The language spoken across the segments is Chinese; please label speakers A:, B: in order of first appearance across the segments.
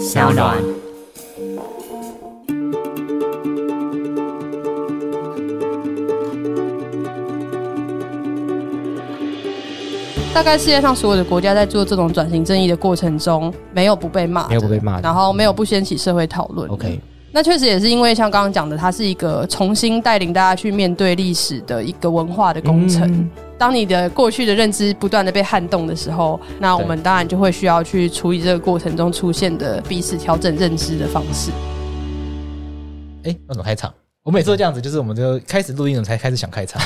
A: 小暖。
B: 大概世界上所有的国家在做这种转型正义的过程中，没有不被骂，
A: 没有不被骂的
B: 然后没有不掀起社会讨论。
C: 嗯
A: OK，
B: 那确实也是因为像刚刚讲的，它是一个重新带领大家去面对历史的一个文化的工程。
A: 嗯
B: 当你的过去的认知不断的被撼动的时候，那我们当然就会需要去处理这个过程中出现的彼此调整认知的方式。
C: 哎，那怎么开场？我每次都这样子，就是我们就开始录音，我们才开始想 开场。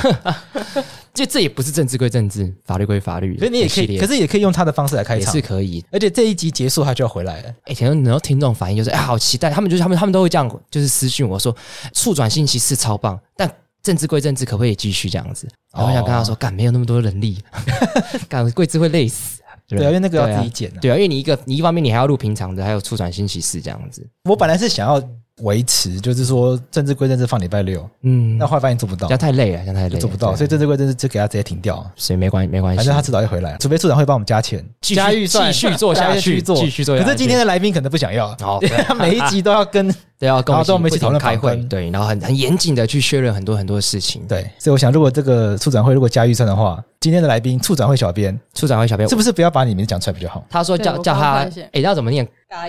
A: 就这也不是政治归政治，法律归法律，
C: 所以你也可
A: 一系列
C: 以，可是也可以用他的方式来开
A: 也
C: 场
A: 是。可以。
C: 而且这一集结束，他就要回来了。
A: 哎、前很多听众反应就是，哎、好期待！他们就是他们，他们都会这样，就是私讯我说，促转信息是超棒，但政治归政治，可不可以继续这样子？然后我想
C: 哦
A: 跟他说，干、没有那么多人力， 干贵资会累死。
C: 对啊，因为那个
A: 对啊
C: 要自己剪啊。
A: 对啊，因为你一个，你一方面你还要录平常的，还有促转信息是这样子，
C: 我本来是想要维持，就是说政治归政治放礼拜六，
A: 嗯，
C: 但后来发现做不到
A: 这样，太累了，这样太累
C: 就
A: 了，
C: 做不到，
A: 对啊
C: 所以政治归政治就给他直接停掉。
A: 所以没关系，没关系，
C: 反正他迟早会回来，除非处长会帮我们加钱，
A: 继续
C: 加预算，
A: 继续做下去
C: 加预算
A: 继续做下去哦啊
C: 可是今天的来宾可能不想要，
A: 好
C: 他 每一集都要 跟
A: 对啊，跟
C: 然后我们一起讨论
A: 开
C: 法
A: 会，
C: 规
A: 对，然后很很严谨的去确认很多很多事情。，
C: 对，所以我想，如果这个处长会如果加预算的话，今天的来宾处长会小编
A: 处长会小编
C: 是，不是不要把你名字讲出来比较好？
A: 他说叫
B: 对我
A: 叫
B: 刚刚
A: 他
B: 发现，
A: 诶，那怎么念？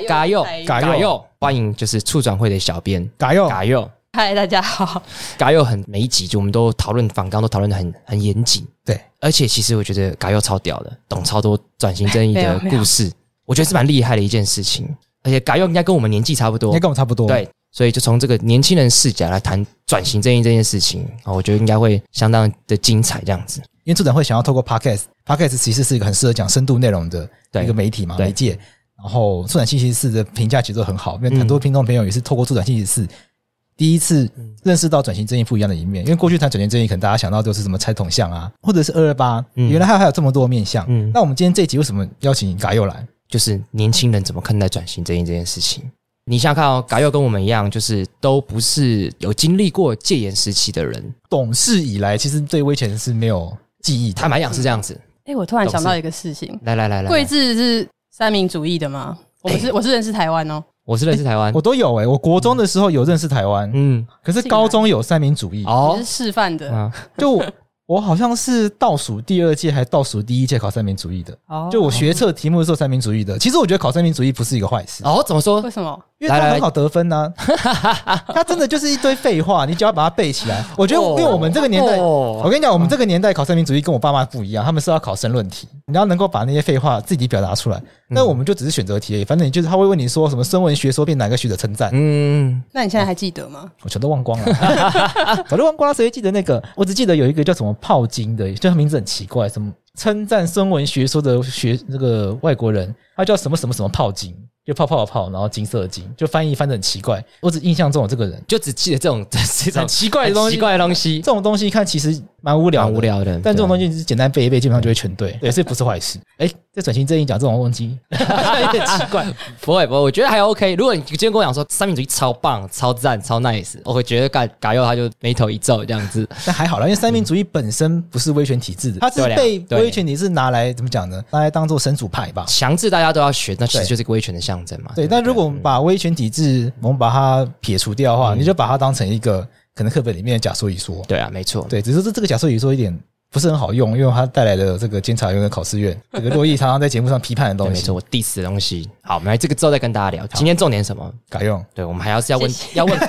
A: 嘎佑，嘎佑，欢迎就是处长会的小编
C: 嘎哟，
A: 嘎佑，
B: 嗨，大家好。
A: 嘎佑很每一集就我们都讨论反纲，都讨论的很很严谨，
C: 对，
A: 而且其实我觉得嘎佑超屌的，懂超多转型正义
B: 没有
A: 的
B: 没有
A: 故事，我觉得是蛮厉害的一件事情。而且嘎佑应该跟我们年纪差不
C: 应
A: 多
C: 该，跟我们差不多。，
A: 对，所以就从这个年轻人视角来谈转型正义这件事情，啊，我觉得应该会相当的精彩这样子。
C: 因为处长会想要透过 podcast，podcast 其实是一个很适合讲深度内容的
A: 对
C: 一个媒体嘛，
A: 对嗯
C: 媒介。然后处长信息室的评价其实都很好，因为很多听众朋友也是透过处长信息室。第一次认识到转型正义不一样的一面，因为过去谈转型正义，可能大家想到就是什么拆桶项啊，或者是二二八，
A: 嗯
C: 原来还有还有这么多面向。
A: 嗯
C: 那我们今天这一集为什么邀请嘎佑来？
A: 就是年轻人怎么看待转型这一这件事情。你想想看哦，嘎佑跟我们一样，就是都不是有经历过戒严时期的人，
C: 懂事以来，其实对威权是没有记忆的。
A: 坦白讲是这样子。
B: 哎、我突然
A: 懂事
B: 想到一个事情，
A: 来来来来，
B: 桂志是三民主义的吗？我们是、
A: 哎
B: 我是认识台湾哦、
A: 我是认识台湾
C: 我，都有欸诶、我国中的时候有认识台湾，
A: 嗯，
C: 可是高中有三民主义，
B: 你
A: 哦
B: 是，示范的
A: 啊，
C: 就我我好像是倒数第二届还倒数第一届考三民主义的，
B: 哦
C: 就我学测题目是做三民主义的。其实我觉得考三民主义不是一个坏事，
A: 哦，怎么说
B: 为？什么？
C: 因为它
A: 来来
C: 很好得 分呐、它真的就是一堆废话，你只要把它背起来。我觉得，
A: 哦
C: 因为我们这个年代，
A: 哦
C: 我跟你讲，我们这个年代考三民主义跟我爸妈不一样，他们是要考申论题，你要能够把那些废话自己表达
A: 嗯
C: 出来。那我们就只是选择题而已，反正你就是他会问你说什么声闻学说变哪个学者称赞，
A: 嗯，
B: 那你现在还记得吗？
C: 我全都忘光了， 早就忘光了，谁会记得那个？我只记得有一个叫什么泡金的，就他名字很奇怪，什么称赞孙文学说的学那个外国人，他叫什么什么什么泡金，就泡泡的泡，然后金色的金，就翻译翻的很奇怪。我只印象中有这个人，
A: 就只记得这种 这种
C: 很奇怪的东
A: 很
C: 西，
A: 奇怪的东西
C: 这，种东西看其实蛮无聊，
A: 蛮无。聊的。
C: 但这种东
A: 西，
C: 西就是简单背一背，基本上就会全对，对，所以不是坏事。哎、这转型正义讲这种东西有点奇怪，
A: 不会不会，我觉得还 OK。如果你今天跟我讲说三民主义超棒、超赞、超 nice，我会觉得嘎嘎佑他就眉头一皱这样子。
C: 但还好啦，因为三民主义本身不是威权体制的，它是
A: 对啦啊
C: 被
A: 对
C: 威权体制拿来怎么讲呢？拿来当做神主派吧。
A: 强制大家都要学，那其实就是一个威权的象征嘛。
C: 对，但如果我们把威权体制，我们把它撇除掉的话，你就把它当成一个可能课本里面的假说一说。
A: 对啊，没错，
C: 对，只是这这个假说一说一点不是很好用，因为它带来的这个监察院跟考试院，这个洛毅常常在节目上批判的
A: 对，
C: 东
A: 没
C: 西
A: 错，，我 diss 的东西。好，我们来这个之后再跟大家聊。今天重点是什么？
C: 改用。
A: 对，我们还要是要问
B: 谢谢
A: 要问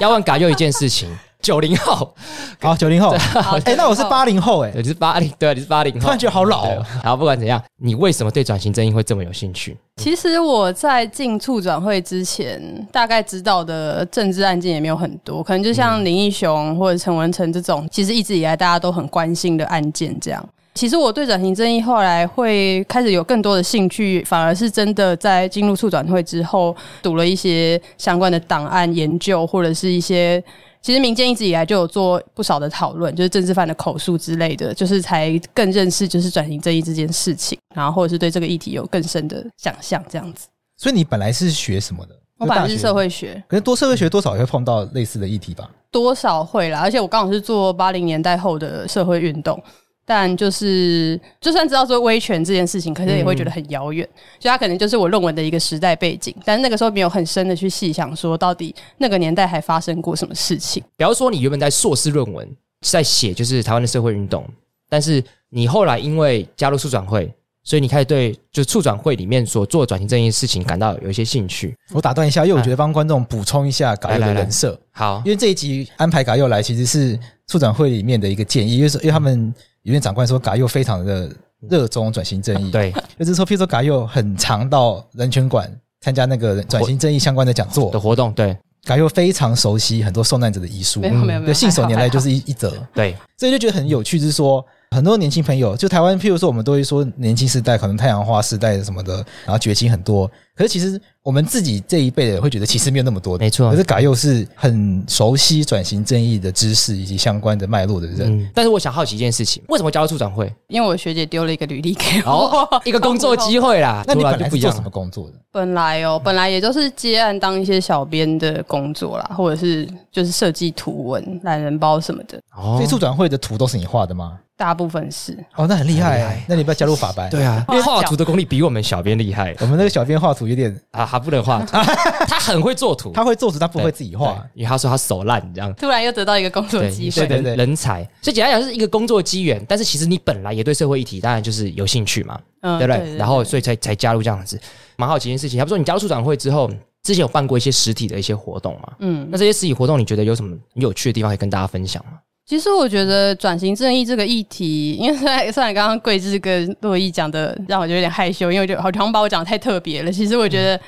A: 要问嘎佑一件事情。九零后，
C: 好，九零后，
B: 好
C: 哎，那我是八零后，哎，
A: 对，你是八零，对，你是八零后，
C: 突然觉得好老哦
A: 对啊好，不管怎样，你为什么对转型正义会这么有兴趣？
B: 其实我在进处转会之前，大概知道的政治案件也没有很多，可能就像林义雄或者陈文成这种，其实一直以来大家都很关心的案件这样。其实我对转型正义后来会开始有更多的兴趣，反而是真的在进入促转会之后，读了一些相关的档案研究，或者是一些。其实民间一直以来就有做不少的讨论，就是政治犯的口述之类的，就是才更认识就是转型正义这件事情，然后或者是对这个议题有更深的想象这样子。
C: 所以你本来是学什么的？
B: 我本来
C: 就大
B: 是
C: 学
B: 社，会学，
C: 可是多社会学多少也会碰到类似的议题吧？
B: 多少会啦，而且我刚好是做八零年代后的社会运动，但就是就算知道说威权这件事情，可是也会
A: 嗯
B: 觉得很遥远，所以它可能就是我论文的一个时代背景，但是那个时候没有很深的去细想说到底那个年代还发生过什么事情。
A: 比方说，你原本在硕士论文在写就是台湾的社会运动，但是你后来因为加入促转会，所以你开始对就是促转会里面所做转型正义的事情感到有一些兴趣。
C: 我打断一下，因为我觉得帮观众补充一下嘎佑的人设，
A: 好
C: 因，为这一集安排嘎佑来其实是处长会里面的一个建议，因为是因为他们里面长官说嘎佑非常的热衷转型正义，，
A: 对，
C: 就是说譬如说嘎佑很常到人权馆参加那个转型正义相关的讲
A: 的
C: 座，
A: 活动，对
C: 嘎佑非常熟悉很多受难者的遗书，
B: 没有没有没有
C: 对信手拈来 就是一一则，
A: 对，
C: 所以就觉得很有趣，就是说很多年轻朋友，就台湾，譬如说我们都会说年轻时代可能太阳花时代什么的，然后崛起很多，可是其实我们自己这一辈的人会觉得其实没有那么多的，
A: 没错
C: 可是嘎又是很熟悉转型正义的知识以及相关的脉络的人，
A: 嗯。但是我想好奇一件事情，为什么加入促转会？
B: 因为我学姐丢了一个履历给我，
A: 哦，一个工 作机会啦，
C: 那你
A: 突然
C: 本来
A: 就不
C: 是
A: 一
C: 做
A: 样
C: 什么
A: 了。
C: 工作的？
B: 本来哦，本来也就是接案当一些小编的工作啦，或者是就是设计图文、懒人包什么的，
A: 哦
C: 所以促转会的图都是你画的吗？
B: 大部分是。
C: 哦，那很厉害、
A: 很厉害哎
C: 那你要不要加入法白？
A: 对啊，
B: 因为
A: 画图的功力比我们小编厉害
C: 我们那个小编画图有点，
A: 啊，他不能画 图，他很会做图，
C: 他会做图，他不
A: 对
C: 会自己画
A: 对。因为他说他手烂这样。
B: 突然又得到一个工作
A: 对，
B: 机
A: 是
B: 会，
A: 人
C: 对对
A: 人才，所以简单讲就是一个工作机缘。但是其实你本来也对社会议题当然就是有兴趣嘛，
B: 嗯
A: 对不对？然后所以才才加入这样子，蛮好奇一件事情。他不说你加入处长会之后，之前有办过一些实体的一些活动嘛？
B: 嗯
A: 那，这些实体活动你觉得有什么很有趣的地方可以跟大家分享吗？
B: 其实我觉得转型正义这个议题， 因为虽然虽然刚刚桂枝跟洛伊讲的让我觉得有点害羞，因为我觉得好像把我讲得太特别了。其实我觉得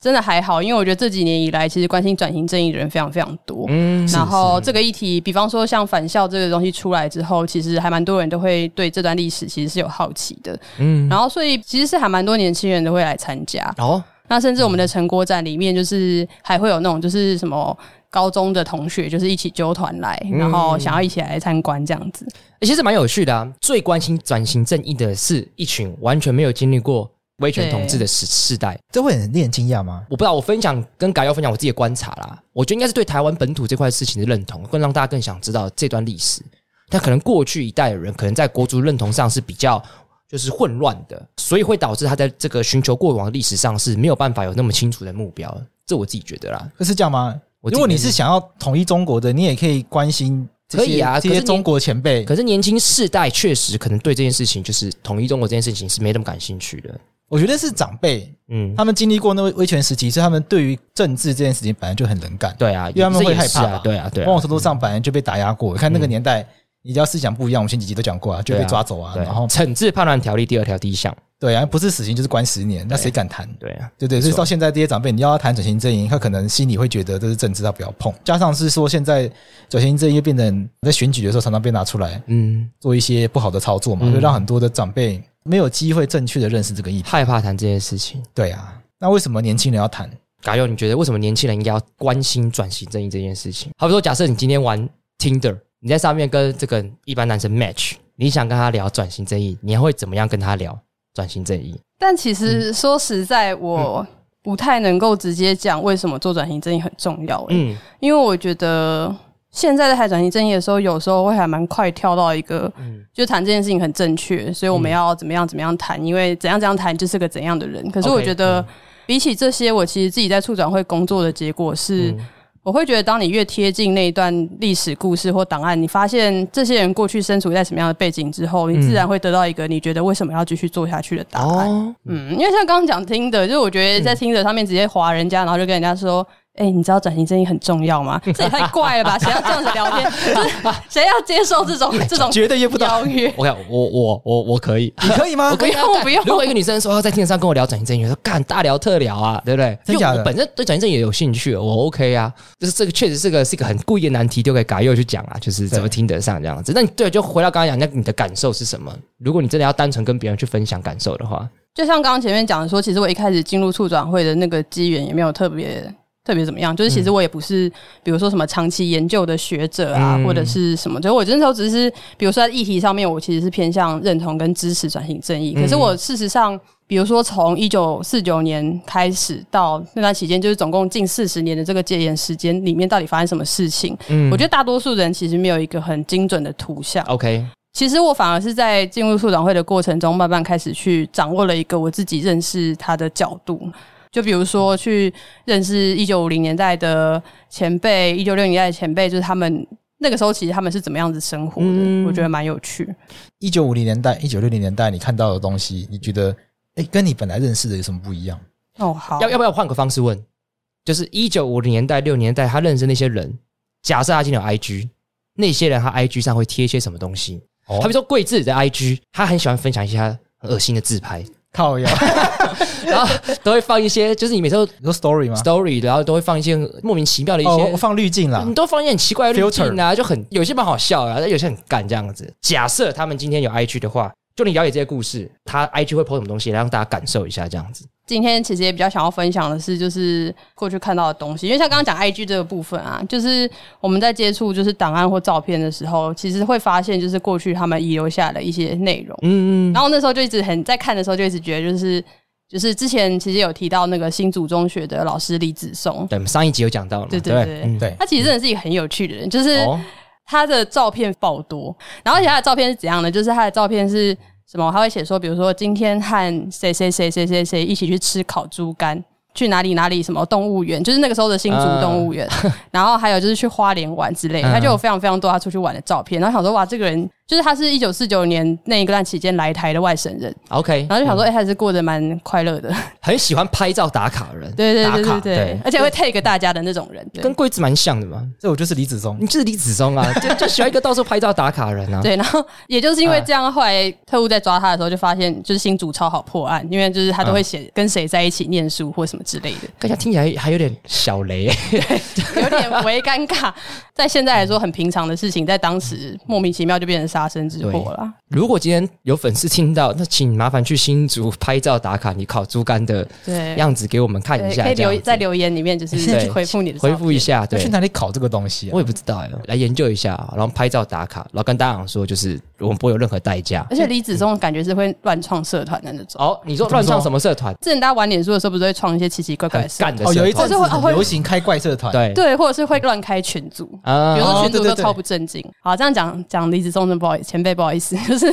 B: 真的还好，因为我觉得这几年以来，其实关心转型正义的人非常非常多。
A: 嗯，
B: 然后这个议题，比方说像返校这个东西出来之后，其实还蛮多人都会对这段历史其实是有好奇的。
A: 嗯，
B: 然后所以其实是还蛮多年轻人都会来参加。
A: 哦，
B: 那甚至我们的成果展里面，就是还会有那种就是什么高中的同学，就是一起纠团来，
A: 嗯
B: 然后想要一起来参观这样子。
A: 其实蛮有趣的啊。最关心转型正义的是一群完全没有经历过威权统治的时世代。
C: 这会很令人惊讶吗？
A: 我不知道，我分享跟改要分享我自己的观察啦，我觉得应该是对台湾本土这块事情的认同，更让大家更想知道这段历史。但可能过去一代的人，可能在国族认同上是比较就是混乱的，所以会导致他在这个寻求过往的历史上是没有办法有那么清楚的目标的。这我自己觉得啦，
C: 是这样吗？
A: 我自己
C: 如果你
A: 认
C: 是想要统一中国的，你也可以关心这些
A: 可以啊
C: 这
A: 可
C: 些
A: 是你
C: 中国前辈。
A: 可是年轻世代确实可能对这件事情，就是统一中国这件事情是没那么感兴趣的。
C: 我觉得是长辈，
A: 嗯，
C: 他们经历过那位威权时期，所以他们对于政治这件事情本来就很冷感，
A: 对啊，
C: 因为他们
A: 这
C: 会
A: 也
C: 害
A: 是
C: 怕
A: 啊
C: 吧
A: 对啊，对
C: 某种
A: 啊，
C: 程度上本来就被打压过。你看那个年代，你只要思想不一样，我们前几集都讲过啊，就被
A: 对啊
C: 抓走啊，
A: 对
C: 然后
A: 惩治叛乱条例第二条第一项，
C: 对啊，不是死刑就是关十年，那谁敢谈？
A: 对啊，
C: 对对，所以到现在这些长辈，你要他谈转型阵营，他可能心里会觉得这是政治，他不要碰。加上是说现在转型阵营变成在选举的时候常常被拿出来
A: 嗯，
C: 做一些不好的操作嘛，
A: 嗯
C: 就让很多的长辈没有机会正确的认识这个议题。
A: 害怕谈这件事情。
C: 对啊，那为什么年轻人要谈？
A: 嘎佑，你觉得为什么年轻人应该要关心转型正义这件事情？好比说，假设你今天玩 Tinder，你在上面跟这个一般男生 match，你想跟他聊转型正义，你会怎么样跟他聊转型正义？
B: 但其
A: 嗯
B: 实说实在，我不太能够直接讲为什么做转型正义很重要、欸
A: 嗯，
B: 因为我觉得现在在谈转型正义的时候，有时候会还蛮快跳到一个，
A: 嗯
B: 就谈这件事情很正确，所以我们要怎么样怎么样谈，因为怎样怎样谈就是个怎样的人。可是我
A: OK，
B: 觉得
A: 嗯
B: 比起这些，我其实自己在处长会工作的结果是。
A: 嗯
B: 我会觉得，当你越贴近那一段历史故事或档案，你发现这些人过去身处在什么样的背景之后，你
A: 嗯
B: 自然会得到一个你觉得为什么要继续做下去的答案。
A: 哦，
B: 嗯嗯，因为像刚刚讲听的，就是我觉得在听的上面直接划人家，然后就跟人家说：“哎、哎、你知道转型正义很重要吗？这也太怪了吧！谁要这样子聊天？就是谁要接受这种这种
A: 哦绝对约不到
B: 邀约？
A: 我看我我我我可以，
C: 你可以吗
A: 我？可以啊
B: 不用
A: 但
B: 不用
A: 如果一个女生说要在电视上跟我聊转型正义，我说干大聊特聊啊，对不对？因
C: 真
A: 为
C: 假的
A: 我本身对转型正义也有兴趣，我 OK 啊。就是这个确实是个是一个很故意的难题，丢给嘎佑去讲啊，就是怎么听得上这样子。那你对，就回到刚刚讲，那你的感受是什么？如果你真的要单纯跟别人去分享感受的话，
B: 就像刚刚前面讲的说，其实我一开始进入促转会的那个机缘也没有特别特别怎么样，就是
A: 嗯
B: 其实我也不是，比如说什么长期研究的学者啊，
A: 嗯
B: 或者是什么，就我那时候只是，比如说在议题上面，我其实是偏向认同跟支持转型正义，可是
A: 嗯
B: 我事实上。比如说，从一九四九年开始到那段期间，就是总共近四十年的这个戒严时间里面，到底发生什么事情？
A: 嗯
B: 我觉得大多数人其实没有一个很精准的图像。
A: OK，
B: 其实我反而是在进入促转会的过程中，慢慢开始去掌握了一个我自己认识他的角度。就比如说，去认识一九五零年代的前辈，一九六零年代的前辈，就是他们那个时候其实他们是怎么样子生活的，
A: 嗯
B: 我觉得蛮有趣。
C: 一九五零年代、一九六零年代，你看到的东西，你觉得哎、跟你本来认识的有什么不一样？
B: 哦，好，
A: 要要不要换个方式问？就是一九五零年代、六年代，他认识那些人，假设他今天有 IG，那些人他 IG 上会贴一些什么东西？
C: 哦
A: 好比说桂智的 IG，他很喜欢分享一些他很恶心的自拍，
C: 靠呀，
A: 然后都会放一些，就是你每次都
C: 你说 story 吗？
A: story，然后都会放一些莫名其妙的一些，
C: 啊哦，我放滤镜啦
A: 你。都放一些很奇怪的滤镜啊，就很有些蛮好笑啊，但有些很干这样子。假设他们今天有 IG 的话，就你了解这些故事，他 IG 会 po 什么东西，让大家感受一下这样子。
B: 今天其实也比较想要分享的是，就是过去看到的东西，因为像刚刚讲 IG 这个部分啊，就是我们在接触就是档案或照片的时候，其实会发现就是过去他们遗留下来的一些内容。
A: 嗯嗯，
B: 然后那时候就一直很在看的时候就一直觉得就是就是之前其实有提到那个新竹中学的老师李子松，
A: 对，我们上一集有讲到嘛，
B: 对对
A: 不
B: 对啊
A: 嗯
C: 对，
B: 他其实真的是一个很有趣的人，就是
A: 哦，
B: 他的照片爆多，然后而且他的照片是怎样的？就是他的照片是什么？他会写说，比如说今天和谁谁谁谁谁谁一起去吃烤猪肝。去哪里哪里什么动物园，就是那个时候的新竹动 物园，然后还有就是去花莲玩之类，
A: 嗯
B: 他就有非常非常多他出去玩的照片，然后想说哇，这个人就是他是一九四九年那一段期间来台的外省人，
A: OK，嗯
B: 然后就想说，哎、还是过得蛮快乐的，
A: 很喜欢拍照打卡的人，
B: 对对
A: 打
B: 对
A: 卡
B: 对对，而且会 take 大家的那种人，对
A: 跟桂子蛮像的嘛。
C: 这我就是李子松
A: 你，就是李子松啊，就就喜欢一个到处拍照打卡的人啊。
B: 对，然后也就是因
A: 嗯
B: 为这样，后来特务在抓他的时候，就发现就是新竹超好破案，因为就是他
A: 嗯
B: 都会写跟谁在一起念书或什么之类的，
A: 看起来听起来还有点小雷、
B: 有点微尴尬。在现在来
A: 嗯
B: 说很平常的事情，在当时莫名其妙就变成杀身之祸了。
A: 如果今天有粉丝听到，那请麻烦去新竹拍照打卡你烤猪肝的
B: 对，
A: 样子给我们看一
B: 对
A: 下，
B: 可以
A: 这样
B: 留
A: 子
B: 在留言里面，就是
A: 对
B: 去回复你的照
A: 回
B: 片
A: 复一。下。
C: 要
A: 对
C: 去，哪里考这个东西啊
A: 我？也不知道哎，来研究一下，然后拍照打卡，然后跟大家讲说，就是我们不会有任何代价。
B: 而且李子忠感觉是会乱创社团的那
A: 嗯
B: 种。
A: 哦，你说乱上什么社团？
B: 之前大家玩脸书的时候，不是会创一些奇奇怪怪
A: 很
B: 的社
A: 干
B: 团，
A: 的
C: 哦，有一
A: 社
C: 阵
A: 团，
C: 子很流行开怪社团，
A: 对
B: 对，或者是会乱开群组。
A: 啊
B: 比如说群
C: 哦
B: 主
C: 对
B: 都
C: 对对
B: 超不正经。好，这样讲讲离职中真不好意思，前辈不好意思， 就是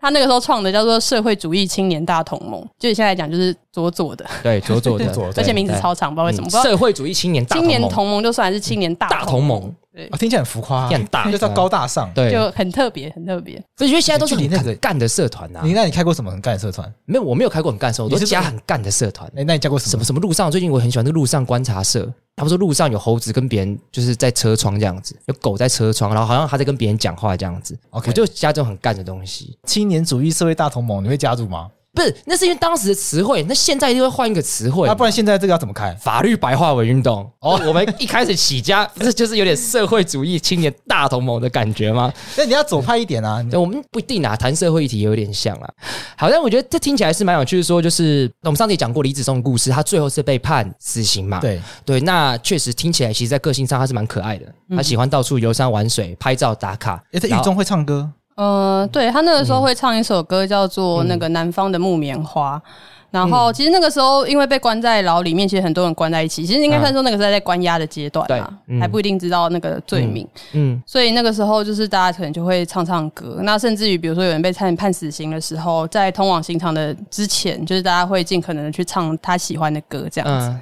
B: 他那个时候创的叫做社会主义青年大同盟，就现在讲就是左左的，
A: 对左左的
C: 左
B: 而且名字
A: 对
B: 超长，不知道为什么。
A: 嗯
B: 不知道
A: 社会主义青年大
B: 青年
A: 盟
B: 同盟就算还是青年大
A: 大同盟，
B: 对
C: 啊，，听起来很浮夸啊，
A: 很大，
C: 就叫高大上。
A: 对，
B: 就很特别，很特别。
A: 所以觉得现在都是很
C: 距离那个
A: 很干的社团啊
C: 你。那你开过什么很干的社团？
A: 没有，我没有开过很干社，我都
C: 你是
A: 加很干的社团。
C: 哎，那你加过什
A: 什
C: 么
A: 么？什么路上，最近我很喜欢那个路上观察社。他们说路上有猴子跟别人就是在车窗这样子，有狗在车窗，然后好像他在跟别人讲话这样子。
C: OK
A: 我就加这种很干的东西。
C: 青年主义社会大同盟，你会加入吗？
A: 不是，那是因为当时的词汇，那现在就会换一个词汇
C: 那。啊不然现在这个要怎么开？
A: 法律白话文运动哦，我们一开始起家， 不是就是有点社会主义青年大同盟的感觉吗？
C: 那你要左派一点啊！你
A: 对，我们不一定啊，谈社会议题也有点像啊。好，但我觉得这听起来是蛮有趣的说就是我们上次也讲过李子松的故事，他最后是被判死刑嘛？
C: 对，
A: 对，那确实听起来，其实，在个性上他是蛮可爱的，
C: 嗯
A: 他喜欢到处游山玩水、拍照打卡。
C: 哎，在
A: 然
C: 狱
A: 后
C: 中会唱歌，
B: 呃，对他那个时
A: 嗯
B: 候会唱一首歌叫做《那个南方的木棉花》。然
A: 嗯
B: 后，其实那个时候，因为被关在牢里面，其实很多人关在一起。其实应该算说那个时候在关押的阶段
A: 嗯对
B: 嘛，
A: 嗯
B: 还不一定知道那个罪名。
A: 嗯，
B: 所以那个时候就是大家可能就会唱唱歌，那甚至于比如说有人被判判死刑的时候，在通往刑场的之前，就是大家会尽可能的去唱他喜欢的歌这样子。
A: 嗯，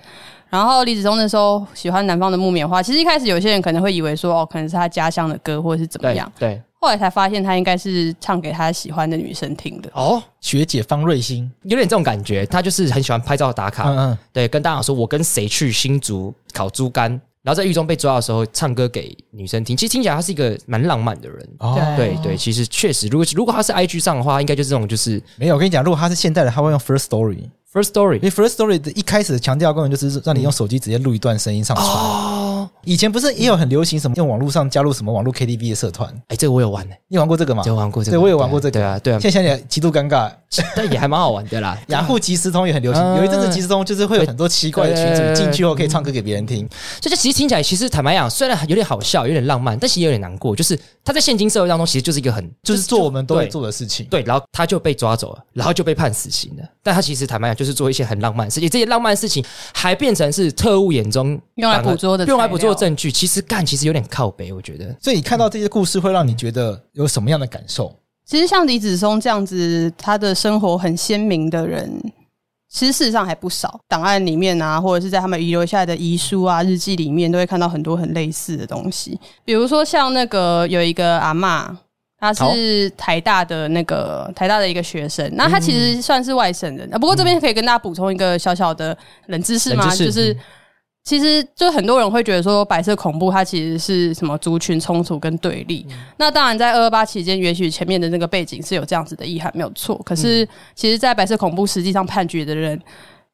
B: 然后李子忠那时候喜欢南方的木棉花，其实一开始有些人可能会以为说哦，可能是他家乡的歌或者是怎么
A: 对
B: 样，
A: 对，
B: 后来才发现他应该是唱给他喜欢的女生听的。
A: 哦，
C: 学姐方瑞欣，
A: 有点这种感觉，他就是很喜欢拍照打卡，
C: 嗯嗯，
A: 对，跟大家讲说我跟谁去新竹烤猪肝，然后在狱中被抓的时候唱歌给女生听，其实听起来他是一个蛮浪漫的人。
C: 哦，
A: 对对，其实确实，如果如果他是 IG 上的话，应该就是这种就是
C: 没有，我跟你讲，如果他是现代的，他会用 First Story，
A: first
C: 因
A: story
C: 为 First Story 的一开始的强调功能就是让你用手机直接录一段声音上传。
A: 哦，
C: 以前不是也有很流行什么用网络上加入什么网络 KTV 的社团？
A: 哎，这个我有玩呢，
C: 你有玩过这个吗？
A: 这个我玩过这个，
C: 啊对我有玩过这个
A: 对啊 对啊，
C: 现在想起来极度尴尬。。
A: 但也还蛮好玩的啦
C: 雅虎即时通也很流行，
A: 嗯
C: 有一阵子即时通就是会有很多奇怪的群
A: 对
C: 组，进去后可以唱歌给别人听。
A: 所以这其实听起来，其实坦白讲，虽然有点好笑，有点浪漫，但其实也有点难过。就是他在现今社会当中，其实就是一个很
C: 就是做我们都会
A: 对
C: 做的事情。
A: 对，然后他就被抓走了，然后就被判死刑了。但他其实坦白讲，就是做一些很浪漫的事情，这些浪漫的事情还变成是特务眼中
B: 用来捕捉的材料
A: 啊用来捕捉的证据。其实干，其实有点靠北，我觉得。
C: 所以你看到这些故事，会让你觉得有什么样的感受？
B: 其实像李子松这样子，他的生活很鲜明的人，其实事实上还不少。档案里面啊，或者是在他们遗留下来的遗书啊、日记里面，都会看到很多很类似的东西。比如说像那个有一个阿嬷，她是台大的那个台大的一个学生，那她其
A: 嗯
B: 实算是外省人、啊。不过这边可以跟大家补充一个小小的冷知识吗？
A: 冷知识嗯
B: 就是。其实，就很多人会觉得说，白色恐怖它其实是什么族群冲突跟对立。
A: 嗯
B: 那当然，在二二八期间，也许前面的那个背景是有这样子的意涵，没有错。可
A: 嗯
B: 是，其实，在白色恐怖实际上判决的人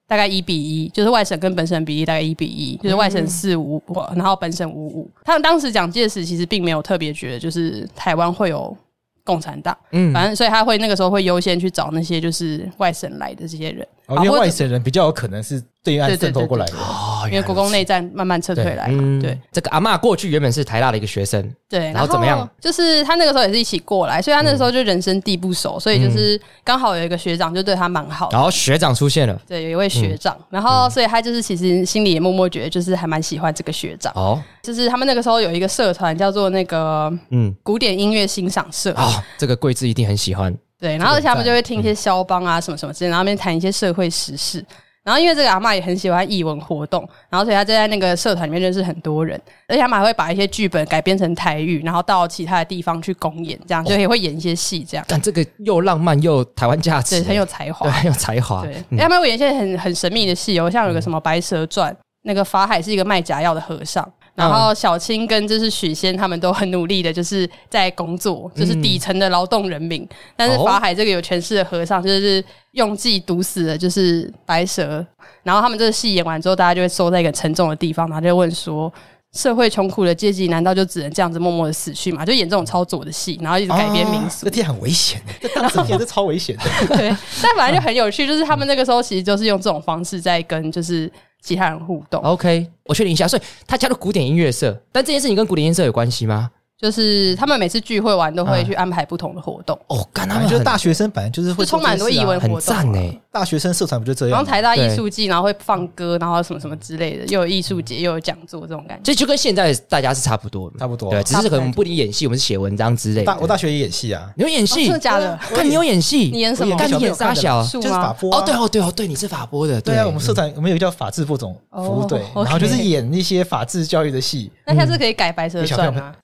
B: 大概一比一，就是外省跟本省比例大概一比一，就是外省四五、然后本省五五。他们当时蒋介石其实并没有特别觉得，就是台湾会有共产党，
A: 嗯，
B: 反正所以他会那个时候会优先去找那些就是外省来的这些人，
C: 哦
B: 啊
C: 因为
B: 或者
C: 外省人比较有可能是对岸
B: 对对
C: 渗透
B: 对
C: 过来
B: 对
C: 的。
A: 哦，
B: 因为国共内战慢慢撤退
C: 对
B: 来嘛，
A: 嗯，
B: 对
A: 对。，这个阿嬷过去原本是台大的一个学生，
B: 对，
A: 然后怎么样？
B: 就是他那个时候也是一起过来，所以他那个时候就人生地不熟，所
A: 嗯
B: 以就是刚好有一个学长就对他蛮好的。
A: 然后学长出现了。
B: 对，有一位
A: 嗯
B: 学长，然后所以他就是其实心里也默默觉得就是还蛮喜欢这个学长，
A: 哦，
B: 就是他们那个时候有一个社团叫做那个
A: 嗯，
B: 古典音乐欣赏社，
A: 哦，这个桂枝一定很喜欢。
B: 对，然后而且他们就会听一些
A: 嗯
B: 肖邦啊什么什么之类，然后那边谈一些社会时事。然后因为这个阿嬷也很喜欢艺文活动，然后所以她就在那个社团里面认识很多人，而且阿嬷还会把一些剧本改编成台语，然后到其他的地方去公演，这样
A: 哦
B: 就也会演一些戏，这样、
A: 但这个又浪漫又台湾价值，
B: 对很有才华
A: 对。很有才华。
B: 对，哎
A: 嗯
B: 他们会演一些很很神秘的戏哦，像有个什么《白蛇传》，那个法海是一个卖假药的和尚。然后小青跟就是许仙他们都很努力的，就是在工作，就是底层的劳动人民。但是法海这个有权势的和尚，就是用计毒死了就是白蛇。然后他们这个戏演完之后，大家就会收在一个沉重的地方，然后就问说：社会穷苦的阶级难道就只能这样子默默的死去吗？就演这种超左的戏，然后一直改编民
C: 啊
B: 俗
C: 这。天很危险， 这当时片这超危险的。
B: 对，但反正就很有趣，就是他们那个时候其实就是用这种方式在跟就是其他人互动，
A: OK，我确定一下，所以他加入古典音乐社，但这件事情跟古典音乐社有关系吗？
B: 就是他们每次聚会完都会去安排不同的活动，
A: 哦，干他
C: 反
A: 们
C: 正就是
A: 很
C: 大学生本来就是会
B: 就
C: 做
B: 充满很
C: 这
B: 多
C: 些事
B: 艺
C: 啊
B: 文
A: 很
B: 活动啊、
A: 赞哎，
C: 大学生社团不就这
B: 然
C: 样
B: 后
C: 吗？
B: 台大艺
A: 对
B: 术季，然后会放歌，然后什么什么之类的，又有艺术节，又有讲座这种感觉。
A: 这就跟现在大家是差不多的，
C: 差不多啊
A: 对，只是可能我们不理演戏，我们是写文章之类
C: 大
A: 的。
C: 我大学也演戏啊，
A: 你有演戏嗯
B: 哦真的？假的？
A: 看你有演戏，
B: 你演什
C: 我
B: 么
C: 演？给
A: 干你
C: 小朋
A: 演
C: 友看
A: 傻
C: 的
A: 小。
B: 树
C: 就是法
B: 吗？
C: 播啊
A: 哦，对哦，对哦，对，你是法播的，
C: 对啊，我们社
A: 嗯
C: 团我们有一个叫法制播种
B: 哦
C: 服务队，
B: OK
C: 然后就是演一些法制教育的戏。
B: 那下次可以改《白蛇
C: 嗯
B: 传
C: 给》小
B: 啊。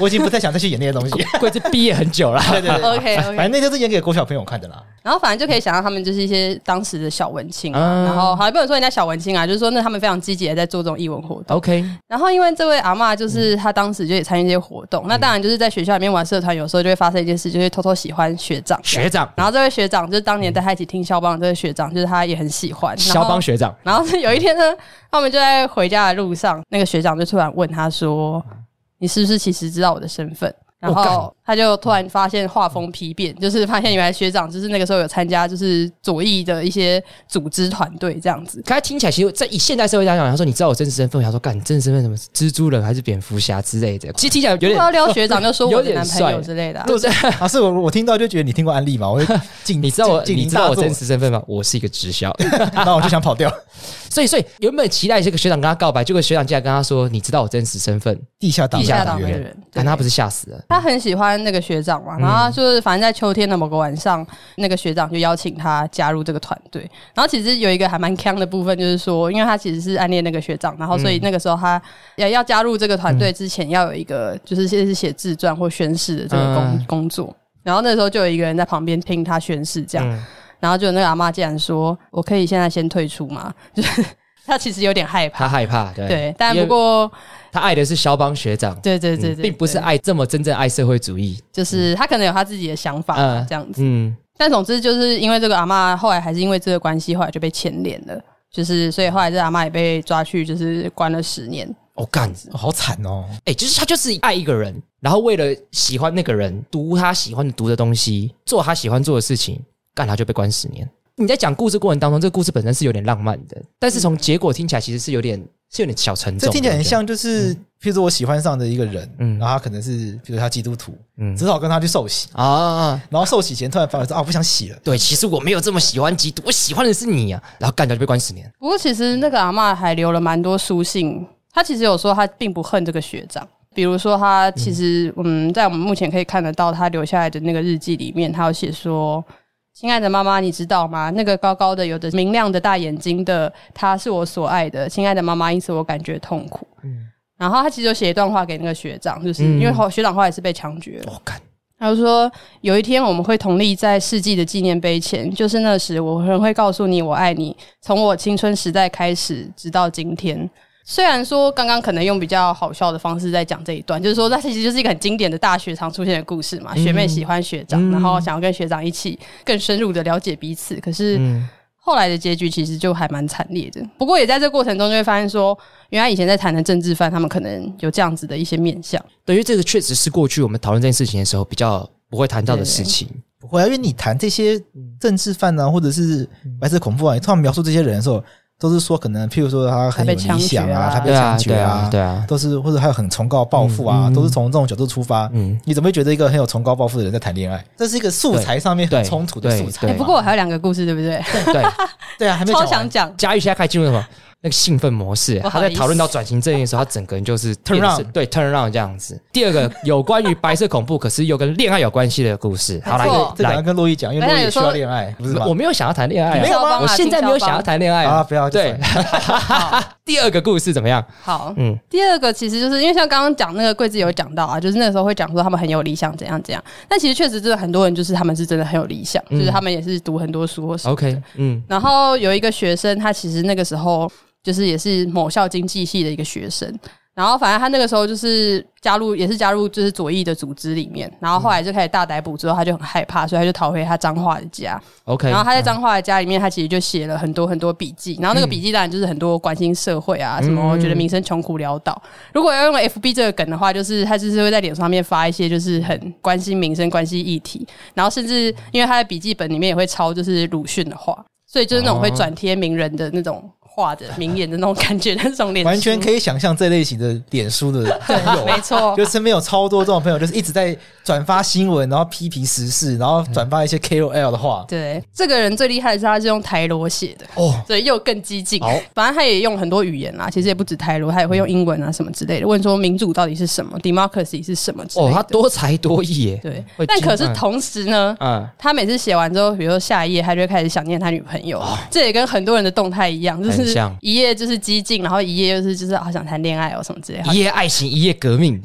C: 我已经不太想再去演那些东西。
A: 贵子毕业很久了，
C: 对对 对
B: OK
C: 反正
B: OK，
C: 那就是演给国小朋友看的啦。
B: 然后反正就可以想象他们就是一些当时的小文青啊，
A: 嗯
B: 然后好也不能说人家小文青啊，就是说那他们非常积极的在做这种艺文活动。
A: OK，
B: 然后因为这位阿嬷
A: 嗯
B: 就是她当时就也参与这些活动，那当然就是在学校里面玩社团，有时候就会发生一件事，就是偷偷喜欢学长。
A: 学长，
B: 然后这位学长就是当年带他一起听肖邦的这位学长，就是他也很喜欢
A: 肖邦。学长，
B: 然后然后是有一天呢，他们就在回家的路上，那个学长就突然问他说：“
A: 嗯
B: 你是不是其实知道我的身份？”然后他就突然发现画风丕
A: 嗯
B: 变，就是发现原来学长就是那个时候有参加就是左翼的一些组织团队这样子。
A: 刚才听起来，其实，在以现代社会来讲，他说你知道我真实身份，我想说，干，你真实身份什么蜘蛛人还是蝙蝠侠之类的，其实听起来有
B: 不
A: 点
B: 要，撩学长就说我
A: 有
B: 的
A: 点
B: 男朋友
A: 帅
B: 之类的啊、
A: 对不对？
C: 啊，是我我听到就觉得你听过安利嘛，我就进
A: 你知 道我，
C: 进进
A: 你
C: 您
A: 知道
C: 大
A: 我
C: 作
A: 真实身份吗？我是一个直销。
C: 然后我就想跑掉。
A: 所以，所以原本期待这个学长跟他告白，结果学长竟然跟他说：“你知道我真实身份。
C: 地下党，
A: 地下
B: 党
A: 党
B: 的
A: 的
B: 人
A: 人”，
B: 对
A: 但他不是吓死了？
B: 他很喜欢欢那个学长
A: 嗯
B: 嘛，然后他就是反正在秋天的某个晚上，那个学长就邀请他加入这个团队。然后其实有一个还蛮坑的部分，就是说，因为他其实是暗恋那个学长，然后所
A: 嗯
B: 以那个时候他也要加入这个团队之前，要有一个就是先是写自传或宣誓的这个工、
A: 嗯
B: 工作。然后那时候就有一个人在旁边听他宣誓，这样，
A: 嗯
B: 然后就有那个阿妈竟然说：“我可以现在先退出吗？”就是 他其实有点害怕，
A: 他害怕，对，
B: 对，但
A: 因
B: 不
A: 为
B: 过
A: 他爱的是肖邦学长，
B: 对对对
A: 嗯
B: 对，
A: 并不是
B: 对
A: 爱这么真正爱社会主义，
B: 就是他可能有他自己的想法、
A: 嗯
B: 这样子。
A: 嗯，
B: 但总之就是因为这个阿嬷后来还是因为这个关系，后来就被牵连了。就是所以后来这阿嬷也被抓去，就是关了十年。
A: 我、哦、干，
C: 哦好惨哦，
A: 哎、就是他就是爱一个人，然后为了喜欢那个人，读他喜欢读的东西，做他喜欢做的事情，干他就被关十年。你在讲故事过程当中，这个故事本身是有点浪漫的，但是从结果听起来其实是有点是有点小沉重
C: 这
A: 的。
C: 听起来很像就是，譬如说我喜欢上的一个人，
A: 嗯
C: 嗯，然后他可能是，比如他基督徒，
A: 嗯
C: 嗯，只好跟他去受洗，
A: 我觉得啊。
C: 然后受洗前突然发现说啊，我不想洗了，
A: 对，其实我没有这么喜欢基督，我喜欢的是你啊，然后干掉就被关十年。
B: 不过其实那个阿嬷还留了蛮多书信，她其实有说她并不恨这个学长。比如说，她其实嗯，在我们目前可以看得到她留下来的那个日记里面，她有写说：“亲爱的妈妈，你知道吗？那个高高的、有着明亮的大眼睛的，她是我所爱的。亲爱的妈妈，因此我感觉痛苦。”然后她其实有写一段话给那个学长，就是、
A: 嗯
B: 因为后学长后来是被枪决了
A: 我、。干，
B: 他就说：“有一天我们会同立在世纪的纪念碑前，就是那时，我仍会告诉你我爱你，从我青春时代开始，直到今天。”虽然说刚刚可能用比较好笑的方式在讲这一段，就是说它其实就是一个很经典的大学常出现的故事嘛，
A: 嗯
B: 学妹喜欢学长，然后想要跟学长一起更深入的了解彼此，可是。
A: 嗯，
B: 后来的结局其实就还蛮惨烈的，不过也在这过程中就会发现说，原来以前在谈的政治犯，他们可能有这样子的一些面向。
A: 对，因为这个确实是过去我们讨论这件事情的时候比较不会谈到的事情。
C: 不会啊，因为你谈这些政治犯啊，或者是白色恐怖啊，你通常描述这些人的时候，都是说可能譬如说他很有理想啊，
B: 他
C: 他
B: 被
C: 被
A: 啊，
C: 枪决
A: 对啊，对啊，
C: 都是或者还有很崇高抱负啊，
A: 嗯嗯
C: 都是从这种角度出发。
A: 嗯，
C: 你怎么会觉得一个很有崇高抱负的人在谈恋爱？这是一个素材上面
A: 对
C: 很冲突的素材
A: 对
B: 哎、
C: 嘛。
B: 不过我还有两个故事，对不对？
A: 对。
C: 对啊，还没
B: 超
C: 讲
B: 想
C: 完。
B: 讲，
A: 佳玉现在开始进入什么？那个兴奋模式，
B: 不
A: 他
B: 好
A: 在
B: 意思
A: 讨论到转型正义的时候，他整个人就是
C: Turn
A: 变成
C: around
A: 对 turn around 这样子。第二个有关于白色恐怖，可是又跟恋爱有关系的故事。好
B: 没错
A: 来
C: 这个要
A: 来，
C: 跟洛伊讲，因为
B: 等一
C: 洛
B: 下
C: 伊
B: 有时
C: 也需
B: 候
C: 要恋爱，不是吗
A: 我？没有想要谈恋爱
B: 没
A: 啊，
B: 有吗
A: 我现在没有想要谈恋爱
C: 啊，不要
A: 对，，第二个故事怎么样？
B: 好，
A: 嗯
B: 第二个其实就是因为像刚刚讲那个桂子有讲到啊，就是那个时候会讲说他们很有理想怎样怎样，但其实确实真的很多人就是他们是真的很有理想，
A: 嗯
B: 就是他们也是读很多书或什么。
A: ，OK，嗯
B: 然后有一个学生，他其实那个时候就是也是某校经济系的一个学生。然后反正他那个时候就是加入，也是加入就是左翼的组织里面，然后后来就开始大逮捕，之后他就很害怕，所以他就逃回他彰化的家。
A: ，OK，
B: 然后他在彰化的家里面，他其实就写了很多很多笔记，然后那
C: 嗯
B: 个笔记当然就是很多关心社会啊，什么觉得民生穷苦潦倒。如果要用 FB 这个梗的话，就是他就是会在脸书上面发一些就是很关心民生、关心议题，然后甚至因为他的笔记本里面也会抄就是鲁迅的话，所以就是那种
C: 哦
B: 会转贴名人的那种话的名言的那种感觉，那种脸书
C: 完全可以想象这类型的脸 书的朋友
B: 没
C: 啊，
B: 错
C: 就。身边有超多这种朋友，就是一直在转发新闻，然后批评时事，然后转发一
A: 嗯
C: 些 KOL 的话。
B: 对，这个人最厉害的是他是用台罗写的，
C: 哦，
B: 所以又更激进
C: 好。
B: 反正他也用很多语言啦，其实也不止泰罗，他也会用英文啊什么之类的。问说民主到底是什么，democracy 是什么之类
A: 哦，
B: 的。
A: 他多才多艺耶，
B: 对
A: 会，
B: 但可是
A: 精
B: 同时呢。
A: 嗯，
B: 他每次写完之后，比如说下一页，他就会开始想念他女朋友。这也跟很多人的动态一样，就
A: 哦很
B: 是
A: 像
B: 一页就是激进，然后一页又是就是好想谈恋爱哦什么之类的。
A: 一夜爱情，一夜革命，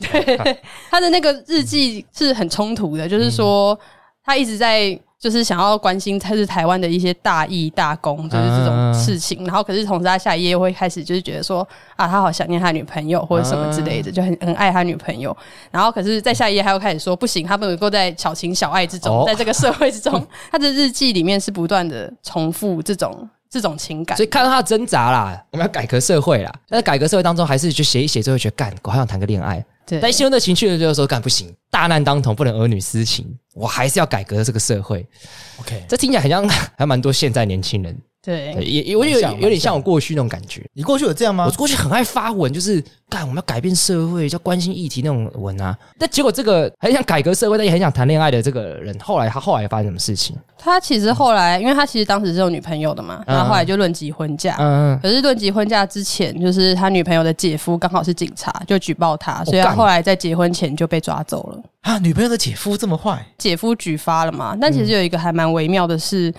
B: 他的那个日记是很冲突的，就是
A: 嗯
B: 说他一直在就是想要关心他是台湾的一些大义大功，就是这种事
A: 啊
B: 情。然后可是同时他下一页又会开始就是觉得说啊，他好想念他女朋友或者什么之类
A: 啊
B: 的，就很很爱他女朋友。然后可是再下一页他又开始说不行，他不能够在小情小爱之中，
A: 哦
B: 在这个社会 之中，他的日记里面是不断的重复这种这种情感
A: 所。以看到他的挣扎啦，我们要改革社会啦。但是改革社会当中，还是就写一写，最后觉得干，我好想谈个恋爱。
B: 对，
A: 但陷入那情绪的时候说，干不行，大难当头，不能儿女私情，我还是要改革这个社会。
C: OK，
A: 这听起来很像，还蛮多现在年轻人对
B: 对，
A: 也也我觉得有
C: 蛮像
A: 有点像我过去那种感觉。
C: 你过去有这样吗
A: 我？过去很爱发文，就是干我们要改变社会，要关心议题那种文啊。但结果这个很想改革社会，但也很想谈恋爱的这个人，后来他后来发生什么事情？
B: 他其实后来，因为他其实当时是有女朋友的嘛，
A: 嗯
B: 然后后来就论及婚嫁。
A: 嗯，
B: 可是论及婚嫁之前，就是他女朋友的姐夫刚好是警察，就举报他，所以他
A: 干
B: 后来在结婚前就被抓走了。
C: 啊，女朋友的姐夫这么坏，
B: 姐夫举发了嘛。但其实有一个还蛮微妙的是，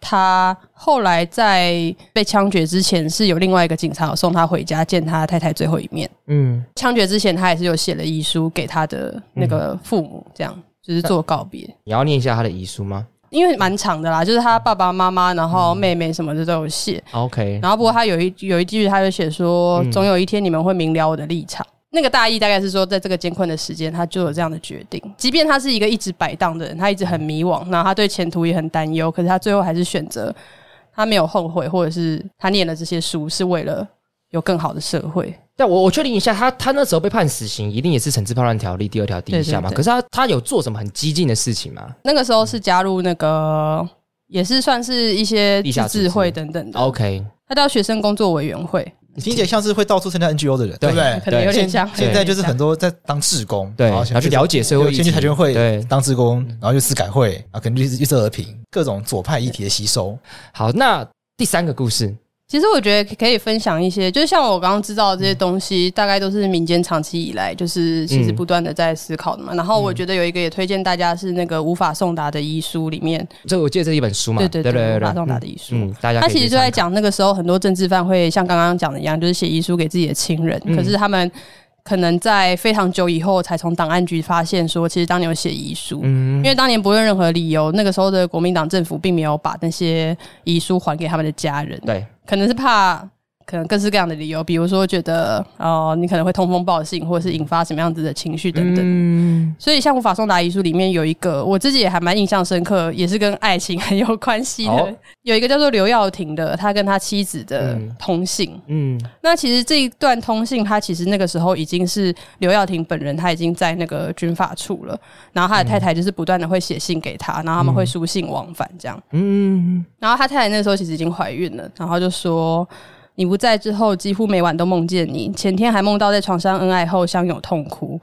B: 他后来在被枪决之前，是有另外一个警察有送他回家见他太太最后一面。
A: 嗯，
B: 枪决之前，他也是有写了遗书给他的那个父母，这样就是做告别。
A: 你要念一下他的遗书吗
B: 因为蛮长的啦，就是他爸爸妈妈，然后妹妹什么的都有写。
A: ？OK，
B: 然后不过他有一有一句，他就写说，总有一天你们会明了我的立场。那个大意大概是说，在这个艰困的时间，他就有这样的决定。即便他是一个一直摆荡的人，他一直很迷惘，然后他对前途也很担忧，可是他最后还是选择，他没有后悔，或者是他念了这些书是为了有更好的社会。
A: 但我我确定一下，他他那时候被判死刑，一定也是《惩治叛乱条例》第二条第一项嘛？
B: 对对对
A: 可是他他有做什么很激进的事情吗
B: 那个时候是加入那个，也是算是一些
A: 地下
B: 自
A: 组织
B: 治会等等
C: 哦
B: 的。
A: ？OK，
B: 他叫学生工作委员会，
C: 你听起来像是会到处参加 NGO 的人，
A: 对
C: 对不对？
B: 可能有点像。
C: 现在就是很多在当志工，
A: 对，
C: 然后
A: 然后去
C: 先
A: 了解社会议
C: 先
A: 题，
C: 去台拳会
A: 对，嗯
C: 当志工，然后就司改会啊，可能就是绿色和平，各种左派议题的吸收。
A: 好，那第三个故事，
B: 其实我觉得可以分享一些，就是像我刚刚知道的这些东西，大概都是民间长期以来就是其实不断的在思考
A: 嗯
B: 的嘛。然后我觉得有一个也推荐大家是那个无法送达的遗书里面，
A: 这个我记得这是一本书嘛？
B: 对对
A: 对
B: 对，
A: 对
B: 无
A: 对，
B: 法送达
A: 嗯
B: 的遗书。
A: 嗯，大家
B: 他
A: 可以
B: 其实
A: 去
B: 就在
A: 参考
B: 讲那个时候，很多政治犯会像刚刚讲的一样，就是写遗书给自己的亲人，
A: 嗯
B: 可是他们可能在非常久以后才从档案局发现说，其实当年有写遗书，
A: 嗯
B: 因为当年不论任何理由，那个时候的国民党政府并没有把那些遗书还给他们的家人，
A: 对，
B: 可能是怕。可能各式各样的理由，比如说觉得哦、呃你可能会通风报信，或者是引发什么样子的情绪等等。
A: 嗯，
B: 所以像《无法送达遗书》里面有一个，我自己也还蛮印象深刻，也是跟爱情很有关系的。
A: 好
B: 有一个叫做刘耀廷的，他跟他妻子的
A: 嗯
B: 通信。
A: 嗯，
B: 那其实这一段通信，他其实那个时候已经是刘耀廷本人，他已经在那个军法处了。然后他的太太就是不断的会写信给他，然后他们会书信往返这样。
A: 嗯，
B: 然后他太太那时候其实已经怀孕了，然后就说你不在之后，几乎每晚都梦见你，前天还梦到在床上恩爱后相拥痛哭。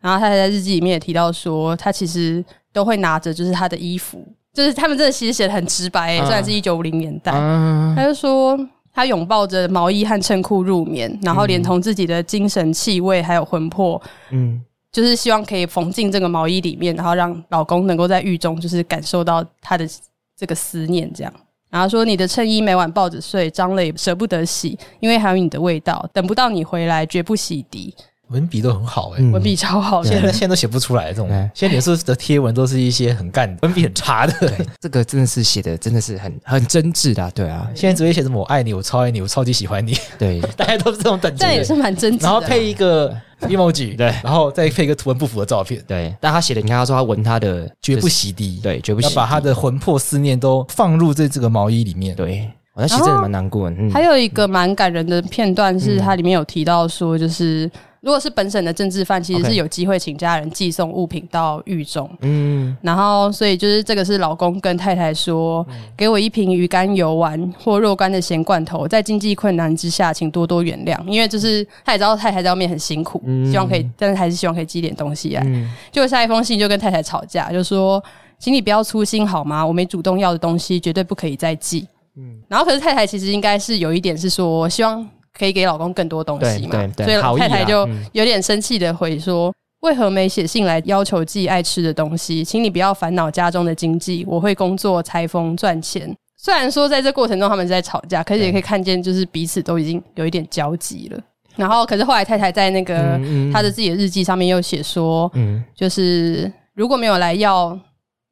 B: 然后他太太在日记里面也提到说，他其实都会拿着就是他的衣服，就是他们真的其实写的很直白、欸，
A: 嗯
B: 虽然是一九五零年代，
A: 啊，
B: 他就说。他拥抱着毛衣和衬裤入眠，然后连同自己的精神气味还有魂魄，
A: 嗯，
B: 就是希望可以缝进这个毛衣里面，然后让老公能够在狱中就是感受到他的这个思念，这样。然后说你的衬衣每晚抱着睡，脏了也舍不得洗，因为还有你的味道，等不到你回来绝不洗涤。
C: 文笔都很好哎，
A: 嗯
B: 文笔超好
C: 现在
B: 的，
C: 现在都写不出来这种
A: 对，
C: 现在脸书的贴文都是一些很干、 文笔很差的。
A: 这个真的是写的真的是很很真挚的啊，对啊，
C: 现在只会写什么“我爱你”“我超爱你”“我超级喜欢你
A: 对，”，
C: 大家都是这种等级
B: 但也
C: 的。
B: 是蛮真挚的。
C: 然后配一 个 emoji，
A: 对
C: 然后再配一个图文不符的照片，
A: 对，但他写的，你看他说他闻他的
C: 绝不
A: 就是
C: 洗涤。，
A: 对，绝不
C: 要
A: 洗
C: 把他的魂魄思念都放入这这个毛衣里面。
A: 对，哦那其实真的蛮难过的，嗯
B: 还有一个蛮感人的片段是，它里面有提到说，就是如果是本省的政治犯，其实
A: OK
B: 是有机会请家人寄送物品到狱中。
A: 嗯
B: 然后，所以就是这个是老公跟太太说，给我一瓶鱼肝油丸或若干的咸罐头，在经济困难之下，请多多原谅。因为就是他也知道太太在外面很辛苦，希望可以，但是还是希望可以寄点东西来。
A: 嗯
B: 就下一封信就跟太太吵架，就说，请你不要粗心好吗？我没主动要的东西，绝对不可以再寄。
A: 嗯，
B: 然后可是太太其实应该是有一点是说，希望可以给老公更多东西嘛
A: 对对，对
B: 所以
A: 好
B: 老
A: 意
B: 太太
A: 啦
B: 就
A: 嗯
B: 有点生气的回说。为何没写信来要求自己爱吃的东西？请你不要烦恼家中的经济，我会工作、裁缝、赚钱。虽然说在这过程中他们是在吵架，可是也可以看见，就是彼此都已经有一点交集了。然后，可是后来太太在那个
A: 嗯嗯
B: 她的自己的日记上面又写说，
A: 嗯
B: 就是如果没有来要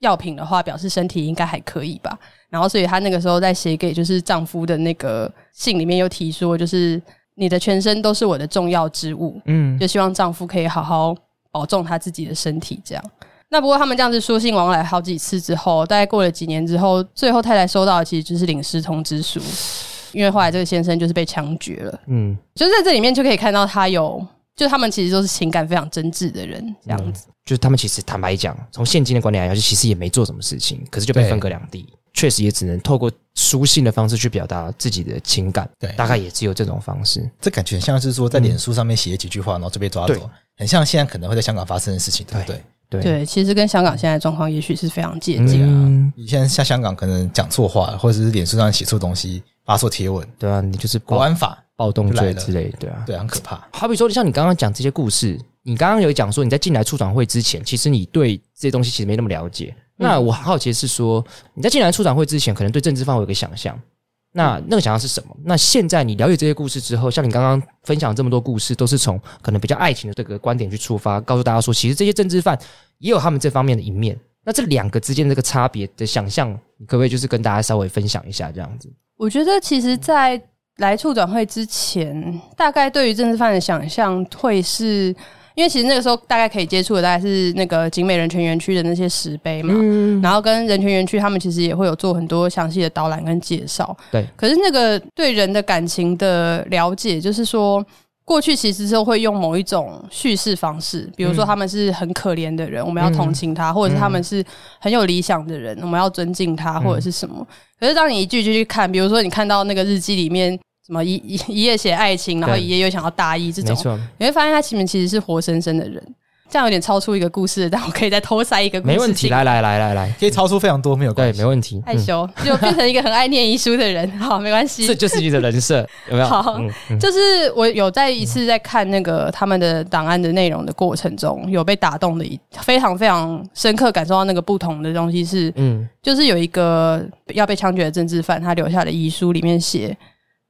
B: 药品的话，表示身体应该还可以吧。然后，所以她那个时候在写给就是丈夫的那个信里面又提说，就是你的全身都是我的重要之物，
A: 嗯
B: 就希望丈夫可以好好保重他自己的身体。这样。那不过他们这样子书信往来好几次之后，大概过了几年之后，最后太太收到的其实就是领失通知书，因为后来这个先生就是被枪决了。
A: 嗯，
B: 就是在这里面就可以看到他有，就他们其实都是情感非常真挚的人，这样子。
A: 嗯就是他们其实坦白讲，从现今的观点来讲，就其实也没做什么事情，可是就被
C: 对
A: 分隔两地。确实也只能透过书信的方式去表达自己的情感，
C: 对
A: 大概也只有这种方式。
C: 这感觉很像是说在脸书上面写几句话，然后就被抓
A: 对
C: 走，很像现在可能会在香港发生的事情，对不对？啊
A: 对，
B: 对，其实跟香港现在的状况也许是非常接近。
A: 嗯，
C: 以前像香港可能讲错话，或者是脸书上写错东西，发错贴文，
A: 对啊，你就是
C: 国
A: 暴
C: 安法，
A: 暴动
C: 就来
A: 罪
C: 了
A: 之类，对啊，
C: 对，很可怕。
A: 好比说，像你刚刚讲这些故事，你刚刚有讲说你在进来促转会之前，其实你对这些东西其实没那么了解。
B: 嗯
A: 那我好奇的是说，你在进来促转会之前，可能对政治方有一个想象，那那个想象是什么？那现在你了解这些故事之后，像你刚刚分享这么多故事，都是从可能比较爱情的这个观点去出发，告诉大家说，其实这些政治犯也有他们这方面的一面。那这两个之间的这个差别的想象，你可不可以就是跟大家稍微分享一下这样子？
B: 我觉得其实，在来处转会之前，大概对于政治犯的想象会是。因为其实那个时候大概可以接触的大概是那个景美人权园区的那些石碑嘛，
A: 嗯，
B: 然后跟人权园区他们其实也会有做很多详细的导览跟介绍。
A: 对，
B: 可是那个对人的感情的了解，就是说。过去其实是会用某一种叙事方式，比如说
A: 嗯
B: 他们是很可怜的人，我们要同情他，或者是他们是很有理想的人，我们要尊敬他，
A: 嗯
B: 或者是什么。可是当你一句一句去看，比如说你看到那个日记里面什么一一一页写爱情，然后
A: 对
B: 一页又想要大意这
A: 没
B: 种，
A: 错，
B: 你会发现他前面其实是活生生的人。这样有点超出一个故事，但我可以再偷塞一个故事进来。
A: 没问题，来来来来来，
C: 可以超出非常多，没有
A: 对，
C: 关系
A: 没。问题，嗯
B: 害羞，就变成一个很爱念遗书的人。好，没关系
A: 这。就是你的人设，有没有？
B: 好就是我有在一次在看那个他们的档案的内容的过程中，有被打动的一非常非常深刻感受到那个不同的东西是，
A: 嗯，
B: 就是有一个要被枪决的政治犯，他留下的遗书里面写，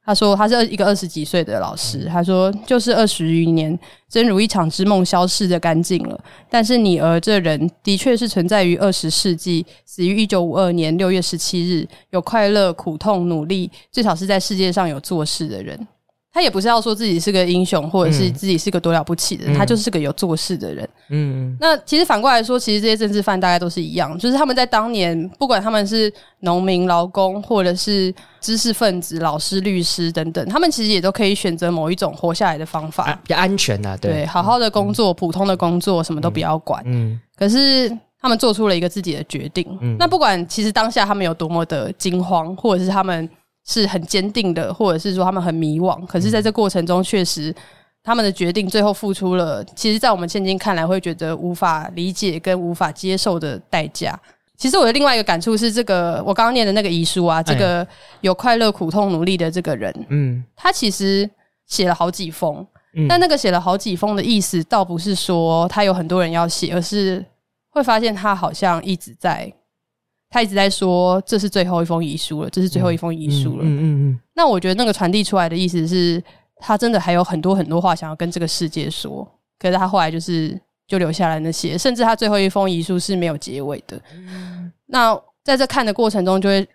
B: 他说他是一个二十几岁的老师，
A: 嗯
B: 他说就是二十余年，真如一场之梦消逝的干净了。但是你儿这人的确是存在于二十世纪，死于一九五二年六月十七日，有快乐、苦痛、努力，至少是在世界上有做事的人。他也不是要说自己是个英雄，或者是
A: 嗯
B: 自己是个多了不起的
A: 嗯
B: 人，他就是个有做事的人。
A: 嗯嗯
B: 那其实反过来说，其实这些政治犯大概都是一样，就是他们在当年，不管他们是农民、劳工，或者是知识分子、老师、律师等等，他们其实也都可以选择某一种活下来的方法。
A: 啊，比较安全呐、
B: 对，
A: 对，
B: 好好的工作，普通的工作，什么都不要管。
A: 嗯，
B: 可是他们做出了一个自己的决定。
A: 嗯
B: 那不管其实当下他们有多么的惊慌，或者是他们是很坚定的，或者是说他们很迷惘，可是在这过程中，确实他们的决定最后付出了，其实，在我们现今看来会觉得无法理解跟无法接受的代价。其实我的另外一个感触是，这个我刚刚念的那个遗书啊，这个有快乐、苦痛、努力的这个人，
A: 嗯
B: 他其实写了好几封，
A: 嗯
B: 但那个写了好几封的意思，倒不是说他有很多人要写，而是会发现他好像一直在，他一直在说这是最后一封遗书了，这是最后一封遗书了。
A: 嗯嗯
B: 那我觉得那个传递出来的意思是，他真的还有很多很多话想要跟这个世界说，可是他后来就是就留下来那些，甚至他最后一封遗书是没有结尾的。那在这看的过程中，就会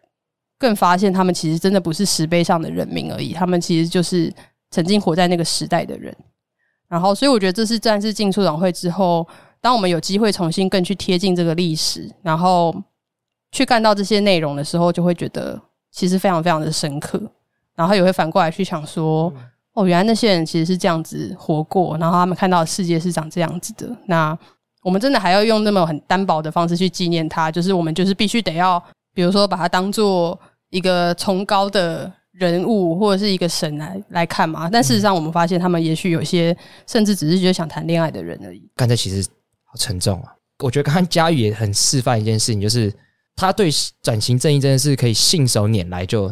B: 更发现他们其实真的不是石碑上的人民而已，他们其实就是曾经活在那个时代的人。然后，所以我觉得这是战士进出展会之后，当我们有机会重新更去贴近这个历史，然后去看到这些内容的时候，就会觉得其实非常非常的深刻。然后也会反过来去想说，
A: 嗯
B: 哦，原来那些人其实是这样子活过，然后他们看到的世界是长这样子的。那我们真的还要用那么很单薄的方式去纪念他，就是我们就是必须得要，比如说把他当做一个崇高的人物或者是一个神来来看嘛。但
A: 嗯
B: 事实上，我们发现他们也许有些甚至只是觉得想谈恋爱的人而已。
A: 刚才其实好沉重啊。我觉得刚刚佳宇也很示范一件事情，就是他对转型正义真的是可以信手拈来就，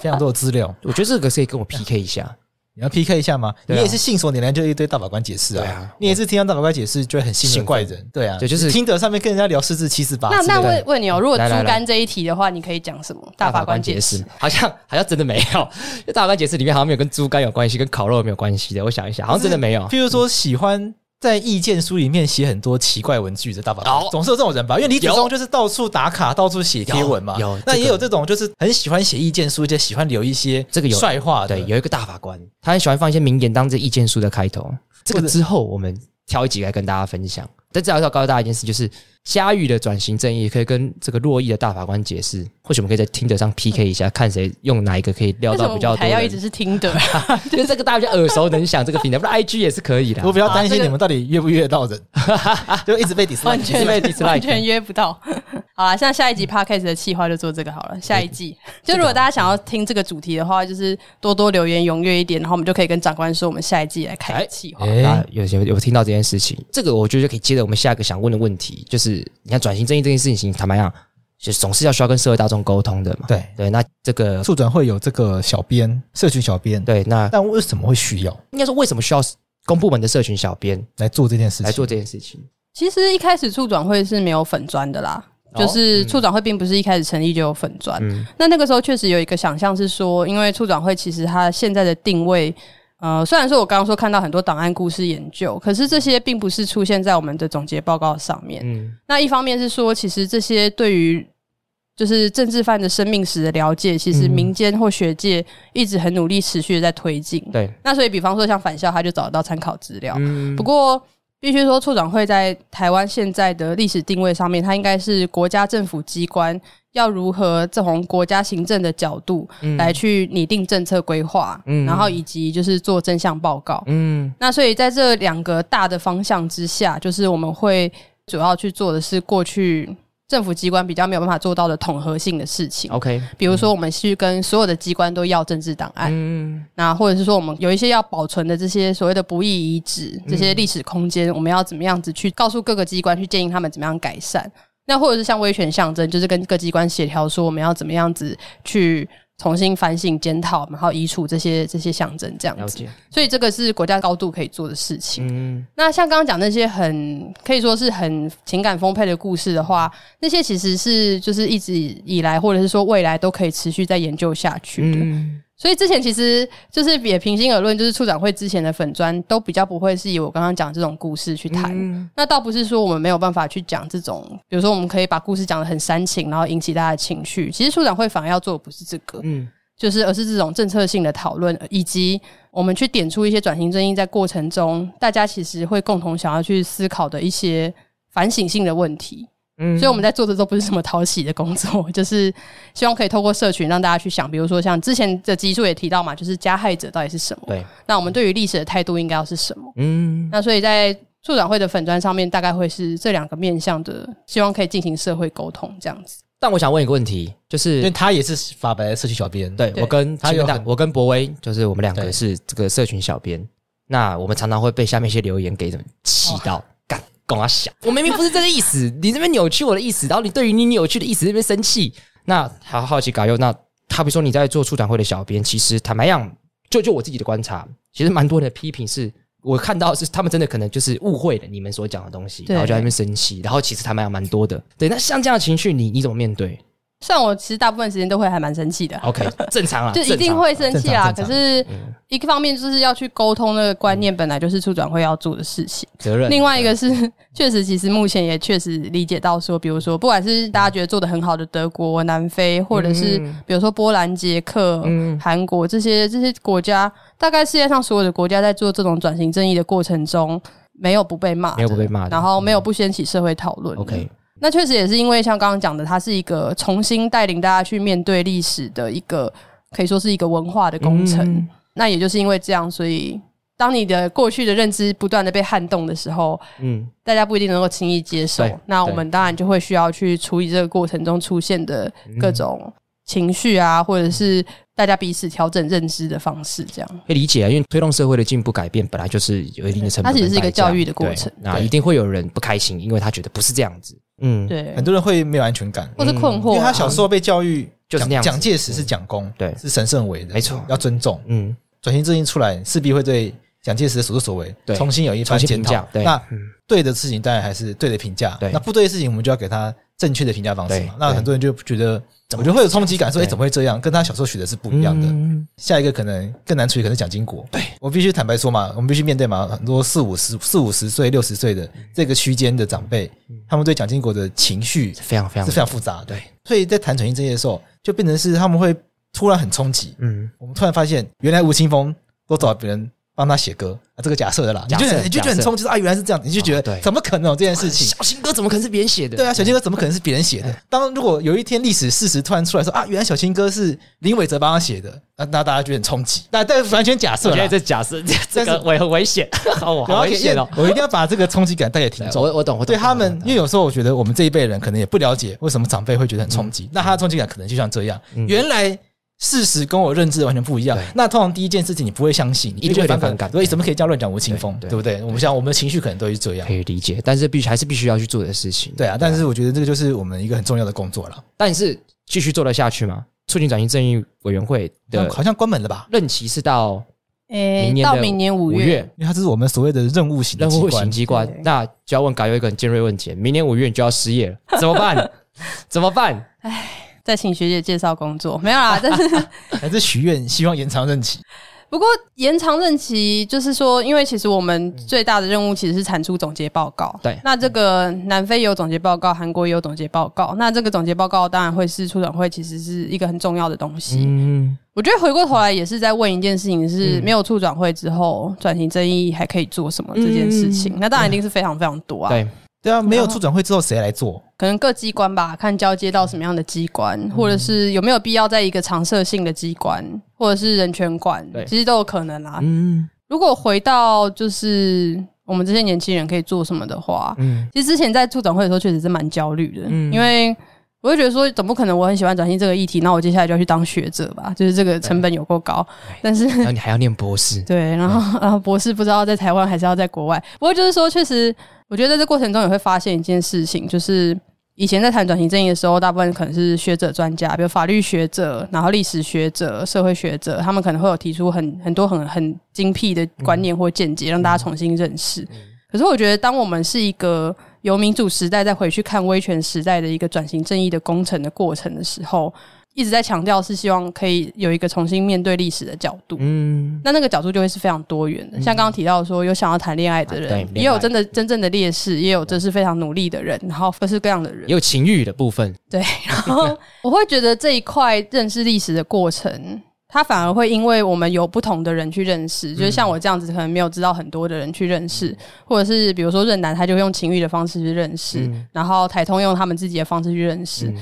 C: 非常多的资料，
A: 我觉得这个可以跟我 PK 一下。
C: 你要 PK 一下吗？
A: 对啊
C: 你也是信手拈来就一堆大法官解释
A: 对
C: 啊
A: 啊，
C: 你也是听到大法官解释就会很信任
A: 兴奋
C: 怪人，对啊，
A: 对就是
C: 听得上面跟人家聊四至七
A: 啊
C: 十八之
B: 那
C: 类
B: 那
C: 的，
B: 问问你哦，如果
A: 来
B: 猪
A: 来来
B: 肝这一题的话，你可以讲什么？ 大法官解释。
A: 好像好像真的没有， 因为大法官解释里面好像没有跟猪肝有关系，跟烤肉没有关系的。我想一想，好像真的没有。
C: 譬如说喜欢在意见书里面写很多奇怪文具的大法
A: 有
C: 官，哦总是有这种人吧？因为李子
A: 有
C: 忠就是到处打卡、到处写贴文嘛。
A: 有有这
C: 那
A: 个
C: 也有这种就是很喜欢写意见书，就喜欢留一些
A: 这个有
C: 帅
B: 啊
C: 话的
A: 对，，有一个大法官，他很喜欢放一些名言当这意见书的开头。这个之后，我们挑一集来跟大家分享。但至少要告诉大家一件事，就是嘉玉的转型正义可以跟这个洛邑的大法官解释，或许我们可以在听得上 PK 一下，看谁用哪一个可以
B: 嗯为
A: 撩
B: 什
A: 到
B: 么
A: 比较
B: 我
A: 多
B: 还
A: 人。
B: 要一直是听的？
A: 因为这个大家耳熟能详这个平台， 不然 IG 也是可以的。
C: 我比较担
B: 啊这
C: 心
B: 个
C: 啊 你们到底约不约得到人，就一直被 dislike，
B: 完全
A: 一直被 dislike
B: 完全约不到。 好啦，像下一集 podcast 的企划就做这个好了。下一季，就如果大家想要听这个主题的话，就是多多留言，踊跃一点，然后我们就可以跟长官说，我们下一季来开企划。
C: 哎
A: 大家有有有听到这件事情，这个我觉得就可以接着我们下一个想问的问题，就是你看转型正义这件事情，坦白讲，就总是要需要跟社会大众沟通的嘛。
C: 对
A: 对，那这个
C: 促转会有这个小编，社群小编，，
A: 对，那
C: 但为什么会需要
A: 应该说为什么需要公部门的社群小编
C: 来做这件事情？
A: 来做这件事情？
B: 其实一开始处转会是没有粉砖的啦，
A: 哦
B: 就是处转会并不是一开始成立就有粉砖。
A: 嗯，
B: 那那个时候确实有一个想象是说，因为处长会其实它现在的定位，呃，虽然说我刚刚说看到很多档案故事研究，可是这些并不是出现在我们的总结报告上面。
A: 嗯，
B: 那一方面是说，其实这些对于就是政治犯的生命史的了解，其实
C: 嗯
B: 民间或学界一直很努力持续的在推进。
A: 对，
B: 那所以，比方说像返校，他就找得到参考资料。
A: 嗯
B: 不过必须说，促转会在台湾现在的历史定位上面，它应该是国家政府机关要如何从国家行政的角度来去拟定政策规划，
A: 嗯
B: 然后以及就是做真相报告。
A: 嗯
B: 那所以在这两个大的方向之下，就是我们会主要去做的是过去。政府机关比较没有办法做到的统合性的事情，
A: ，OK，
B: 比如说我们去跟所有的机关都要政治档案，
A: 嗯
B: 那或者是说，我们有一些要保存的这些所谓的不易遗址、这些历史空间，我们要怎么样子去告诉各个机关，去建议他们怎么样改善？那或者是像威权象征，就是跟各机关协调，说我们要怎么样子去重新反省、检讨，然后移除这些这些象征，这
A: 了
B: 样子。
A: 解，
B: 所以这个是国家高度可以做的事情。
A: 嗯
B: 那像刚刚讲那些很可以说是很情感丰沛的故事的话，那些其实是就是一直以来，或者是说未来都可以持续再研究下去的。
A: 嗯
B: 所以之前其实就是也平心而论，就是处长会之前的粉砖都比较不会是以我刚刚讲这种故事去谈。
A: 嗯
B: 那倒不是说我们没有办法去讲这种，比如说我们可以把故事讲得很煽情，然后引起大家的情绪。其实处长会反而要做的不是这个，
A: 嗯
B: 就是而是这种政策性的讨论，以及我们去点出一些转型正义在过程中大家其实会共同想要去思考的一些反省性的问题。
A: 嗯
B: 所以我们在做的都不是什么讨喜的工作， 就是希望可以透过社群让大家去想，比如说像之前的集数也提到嘛，就是加害者到底是什么？
A: 对，
B: 那我们对于历史的态度应该要是什么？
A: 嗯
B: 那所以在促转会的粉砖上面，大概会是这两个面向的，希望可以进行社会沟通这样子。
A: 但我想问一个问题，就
C: 因为
A: 是
C: 他也是法白的社区小编，
A: 对
B: 对
A: 我跟
C: 他
A: 清
C: 有
A: 大
C: 很
A: 我跟博威，就是我们两个
C: 对
A: 是这个社群小编，那我们常常会被下面一些留言给怎么气到。
B: 哦
A: 干跟我想，我明明不是这个意思，你这边扭曲我的意思，然后你对于你扭曲的意思这边生气，那好好奇搞又那，好比说你在做处长会的小编，其实坦白讲，就就我自己的观察，其实蛮多的批评是我看到是他们真的可能就是误会了你们所讲的东西，
B: 对
A: 然后就在那边生气，然后其实坦白讲蛮多的。对，那像这样的情绪，你你怎么面对
B: 像我其实大部分时间都会还蛮生气的。
A: ？OK，正常啊，
B: 就一
A: 正
B: 定
A: 常
B: 会生气啊！可
C: 正常正常嗯
B: 是，一个方面就是要去沟通那个观念，本来就是促转会要做的事情。
A: 责任。
B: 另外一个是，确实，其实目前也确实理解到说，比如说，不管是大家觉得做的很好的德国、南非，或者是
A: 嗯
B: 比如说波兰、捷克、韩、国这些这些国家，大概世界上所有的国家在做这种转型正义的过程中，没有不被骂的，
A: 没有不被骂的嗯
B: 然后没有不掀起社会讨论的。
A: OK，
B: 那确实也是因为像刚刚讲的，它是一个重新带领大家去面对历史的一个，可以说是一个文化的工程。
A: 嗯
B: 那也就是因为这样，所以当你的过去的认知不断的被撼动的时候，
A: 嗯，
B: 大家不一定能够轻易接受
A: 对。
B: 那我们当然就会需要去处理这个过程中出现的各种情绪啊，或者是大家彼此调整认知的方式，这样。
A: 可以理解啊，因为推动社会的进步改变本来就是有一定的成本跟代价，
B: 它其实是一个教育的过
A: 对
B: 程
A: 那
C: 对
A: 一定会有人不开心，因为他觉得不是这样子。嗯，
B: 对
C: 很，多人会没有安全感，
B: 或是困惑啊、
C: 嗯因为他小时候被教育
A: 嗯就是那样子嗯
C: 蒋介石是蒋公，
A: 对
C: 是神圣为的，
A: 没错
C: 要尊重。
A: 嗯，
C: 转型正义出来，势必会对蒋介石的所作所为
A: 对
C: 重新有一
A: 重
C: 番
A: 新
C: 检
A: 评价
C: 讨。。
A: 对，
C: 那
A: 嗯
C: 对的事情当然还是对的评价，
A: 对
C: 那不对的事情我们就要给他正确的评价方式
A: 对
C: 嘛。那很多人就觉得，我觉得会有冲击感，说哎怎么会这样？跟他小时候学的是不一样的。
A: 嗯
C: 下一个可能更难处理，可能是蒋经国。对我必须坦白说嘛，我们必须面对嘛，很多四五十、四五十岁、六十岁的
A: 嗯
C: 这个区间的长辈，他们对蒋经国的情绪
A: 非嗯常非常
C: 是非常复杂的。
A: 对，
C: 所以在谈转型正义的时候，就变成是他们会突然很冲击。
A: 嗯
C: 我们突然发现，原来吴青峰都找别人帮他写歌啊，这个假设的啦，你
A: 假
C: 就
A: 设
C: 很你就觉得很
A: 假设
C: 冲击，就是啊，原来是这样，你就觉
A: 哦
C: 得
A: 对
C: 怎么可能有这件事情？
A: 嗯小情歌怎么可能是别人写的？
C: 对啊，小嗯情歌怎么可能是别人写的？当如果有一天历史事实突然出来说啊，原来小情歌是林伟哲帮他写的，那那大家觉得很冲击。那但完全假设
D: 我
C: 啦，
D: 觉得这假设这这
C: 但
D: 个
C: 是
D: 危很危险， 哦，好
C: 然后
D: 危
C: 也
D: 险哦。
C: 我一定要把这个冲击感带给听
A: 对，
C: 众。
A: 我我懂，我懂。
C: 对他
A: 我懂
C: 们，因为有时候我觉得我们这一辈人可能也不了解为什么长辈会觉得很冲
A: 嗯
C: 击，那他的冲击感可能就像这样，原来。事实跟我认知完全不一样
A: 对。
C: 那通常第一件事情你不会相信，你
A: 一定会
C: 觉得
A: 有点反感
C: 所以怎么可以这样乱讲无情风，
A: 对
C: 对
A: 对
C: 不对？我们像我们的情绪可能都是这样
A: 可，以理解，但是必须还是必须要去做的事情。啊
C: 对啊。但是我觉得这个就是我们一个很重要的工作了。
A: 但是继续做得下去吗？促进转型正义委员会的
C: 好像关门了吧？
A: 任期是到
B: 诶、
A: 明年的
B: 到明年五
A: 五
B: 月，
A: 月，
C: 因为它这是我们所谓的任务型的
A: 任
C: 机
A: 务
C: 关
A: 型。机关
B: 对。
A: 那就要问搞有一个很尖锐问题：明年五月你就要失 业了，怎么办？怎么办？
B: 再请学姐介绍工作，没有啦， 但是
C: 还是许愿，希望延长任期。
B: 不过延长任期，就是说，因为其实我们最大的任务其实是产出总结报告。
A: 对
B: 那这个南非也有总结报告，韩国也有总结报告。那这个总结报告当然会是出转会其实是一个很重要的东西。
A: 嗯，
B: 我觉得回过头来也是在问一件事情：是没有处转会之后，转型争议还可以做什么这件事
A: 嗯
B: 情？那当然一定是非常非常多啊。
A: 对，
C: 对啊，没有促转会之后谁来做？
B: 可能各机关吧，看交接到什么样的机关，
A: 嗯
B: 或者是有没有必要在一个常设性的机关，或者是人权馆
A: 对，
B: 其实都有可能啦。
A: 嗯
B: 如果回到就是我们这些年轻人可以做什么的话，
A: 嗯
B: 其实之前在促转会的时候确实是蛮焦虑的，
A: 嗯
B: 因为我会觉得说，总不可能我很喜欢转型这个议题，那我接下来就要去当学者吧？就是这个成本有够高，但是
A: 然后你还要念博士，
B: 对，然后啊，博士不知道在台湾还是要在国外。不过就是说，确实，我觉得在这过程中也会发现一件事情，就是以前在谈转型正义的时候，大部分可能是学者专家，比如法律学者，然后历史学者、社会学者，他们可能会有提出很很多很很精辟的观念或见解，让大家重新认识。可是我觉得，当我们是一个由民主时代再回去看威权时代的一个转型正义的工程的过程的时候，一直在强调是希望可以有一个重新面对历史的角度。
A: 嗯，
B: 那那个角度就会是非常多元的。像刚刚提到说，有想要谈恋爱的
A: 啊对
B: 人，
A: 恋爱
B: 也有真的真正的烈士，也有真是非常努力的人，然后各式各样的人
A: 也。有情欲的部分，
B: 对，然后我会觉得这一块认识历史的过程。它反而会因为我们有不同的人去认识，
A: 嗯
B: 就是像我这样子，可能没有知道很多的人去认识，或者是比如说润南，他就会用情欲的方式去认识，
C: 嗯
B: 然后台通用他们自己的方式去认识。
A: 嗯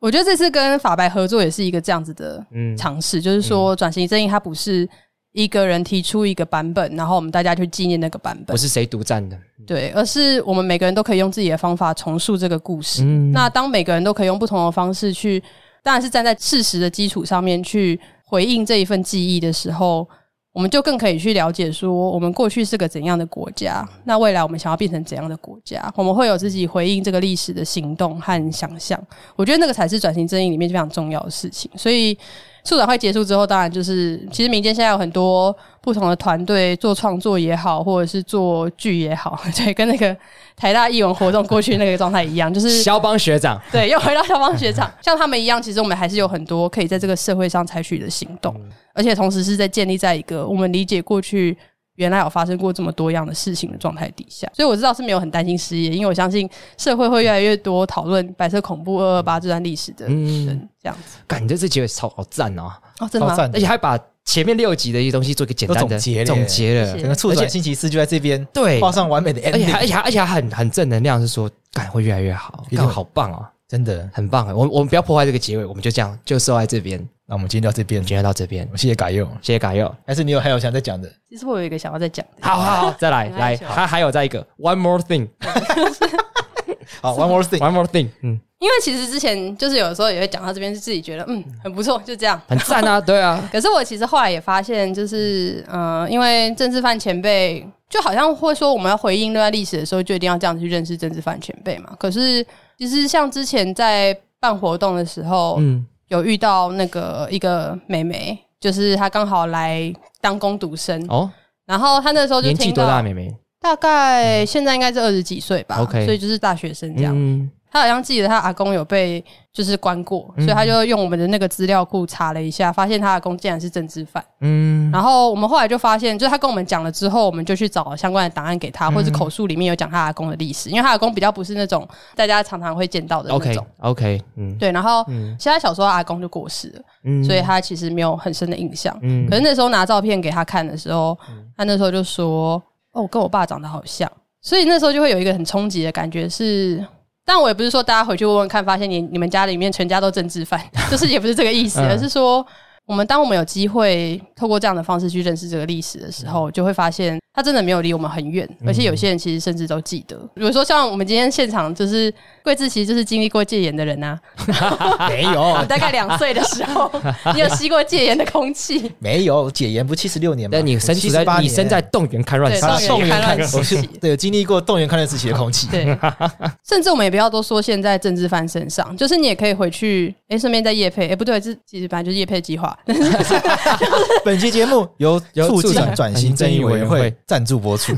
B: 我觉得这次跟法白合作也是一个这样子的
A: 嗯，
B: 尝试，就是说转型正义它不是一个人提出一个版本，然后我们大家去纪念那个版
A: 不
B: 本，
A: 是谁独占的，
B: 对，而是我们每个人都可以用自己的方法重述这个故事。
A: 嗯
B: 那当每个人都可以用不同的方式去，当然是站在事实的基础上面去回应这一份记忆的时候。我们就更可以去了解，说我们过去是个怎样的国家，那未来我们想要变成怎样的国家？我们会有自己回应这个历史的行动和想象。我觉得那个才是转型正义里面非常重要的事情。所以促转会结束之后，当然就是其实民间现在有很多不同的团队做创作也好，或者是做剧也好， 对，跟那个台大艺文活动过去那个状态一样，就是
A: 肖邦学长，
B: 对，又回到消防学长，像他们一样，其实我们还是有很多可以在这个社会上采取的行动，
C: 嗯
B: 而且同时是在建立在一个我们理解过去原来有发生过这么多样的事情的状态底下。所以我知道是没有很担心失业，因为我相信社会会越来越多讨论白色恐怖二二八这段历史的人，这样子
A: 感觉这结尾超好赞哦，
B: 哦，真的
C: 嗯超
B: 吗？
C: 赞的
A: 而且还把前面六集的一些东西做一个简单
C: 都
A: 的
C: 总结了
A: 总结了
B: 谢谢
C: 整个促转星期四就在这边
A: 对
C: 画上完美的
A: 而且还
C: ending，
A: 而且还而且还很很正能量，是说感会越来越好，
C: 一定
A: 干
C: 会
A: 好棒哦，
C: 真的。
A: 很棒哦。我们我们不要破坏这个结尾，我们就这样就收在这边，
C: 那我们今天到这边，
A: 今天到这边
C: 我，们谢谢改用，
A: 谢谢嘎佑。
C: 还是你有还有想再讲的？
B: 其实我有一个想要再讲的，
A: 好好好，再来
B: 很
A: 来，
B: 害羞
A: 还还有再一个，one more thing，one
C: 好，one more thing，
A: more thing，嗯，
B: 因为其实之前就是有的时候也会讲到这边，是自己觉得嗯很不错，就这样，
A: 很赞啊，对 啊，
B: 可是我其实后来也发现，就是呃，因为政治犯前辈就好像会说，我们要回应那段历史的时候，就一定要这样去认识政治犯前辈嘛。可是其实像之前在办活动的时候，
C: 哦
A: 嗯，
B: 有遇到那个一个妹妹，就是她刚好来当攻读生，
A: 哦，
B: 然后她那时候就
A: 年纪
B: 听
A: 多大，
B: 到
A: 妹妹嗯
B: 大概现在应该是二十几岁吧
A: OK
B: 所以就是大学生这样。
A: 嗯，
B: 他好像记得他阿公有被就是关过，所以他就用我们的那个资料库查了一下，发现他阿公竟然是政治犯。
A: 嗯，
B: 然后我们后来就发现，就是他跟我们讲了之后，我们就去找相关的档案给他，
A: 嗯
B: 或者口述里面有讲他阿公的历史，因为他阿公比较不是那种大家常常会见到的那种。
A: OK OK，嗯
B: 对，然后
A: 嗯
B: 其实他小时候阿公就过世了，
A: 嗯
B: 所以他其实没有很深的印象。
A: 嗯
B: 可是那时候拿照片给他看的时候，他那时候就说：“哦，我跟我爸长得好像。”所以那时候就会有一个很冲击的感觉是。但我也不是说大家回去问问看，发现你你们家里面全家都政治犯， 就是也不是这个意思，
A: 嗯
B: 而是说，我们当我们有机会透过这样的方式去认识这个历史的时候，就会发现它真的没有离我们很远，
A: 嗯
B: 而且有些人其实甚至都记得。比如说像我们今天现场就是桂志，其实就是经历过戒严的人啊，
C: 没
A: 哦
C: 有
B: 大概两岁的 时候，你有吸过戒严的空气，
C: 没有，解严不七十六年吗？
A: 但你身处在
C: 78
A: 你身在
C: 年
A: 动员戡乱
B: 对，
A: 世，
B: 动
C: 杀
B: 员戡乱时期。
C: 对有经历过动员戡乱时期的 空气，
B: 对， 甚至我们也不要多说现在政治犯身上，就是你也可以回去，哎、顺便在叶配，哎、不对，这其实本来就是叶配计划，
C: 本期节目由
A: 由
C: 促
A: 促
C: 进
A: 转
C: 转型正义委员
A: 正义委
C: 会
A: 员会
C: 赞助播出。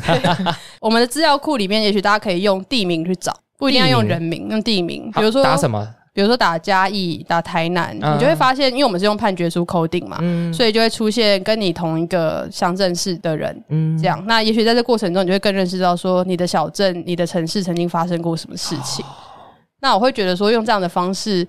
B: 我们的资料库里面，也许大家可以用地名去找，不一定要用
A: 地名
B: 人名，用地名，比如说
A: 打什么？
B: 比如说打嘉义、打台南，
A: 嗯
B: 你就会发现，因为我们是用判决书 coding 嘛，
A: 嗯
B: 所以就会出现跟你同一个乡镇市的人。
A: 嗯
B: 这样，那也许在这过程中，你就会更认识到说，你的小镇、你的城市曾经发生过什么事情。那我会觉得说，用这样的方式，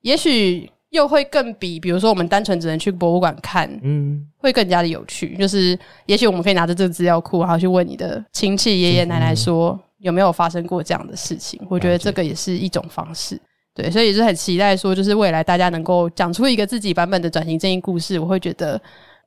B: 也许又会更比，比如说我们单纯只能去博物馆看，
A: 嗯，
B: 会更加的有趣。就是，也许我们可以拿着这个资料库，然后去问你的亲戚、爷爷奶奶说有没有发生过这样的事情。我觉得这个也是一种方式。对，所以也是很期待说，就是未来大家能够讲出一个自己版本的转型正义故事。我会觉得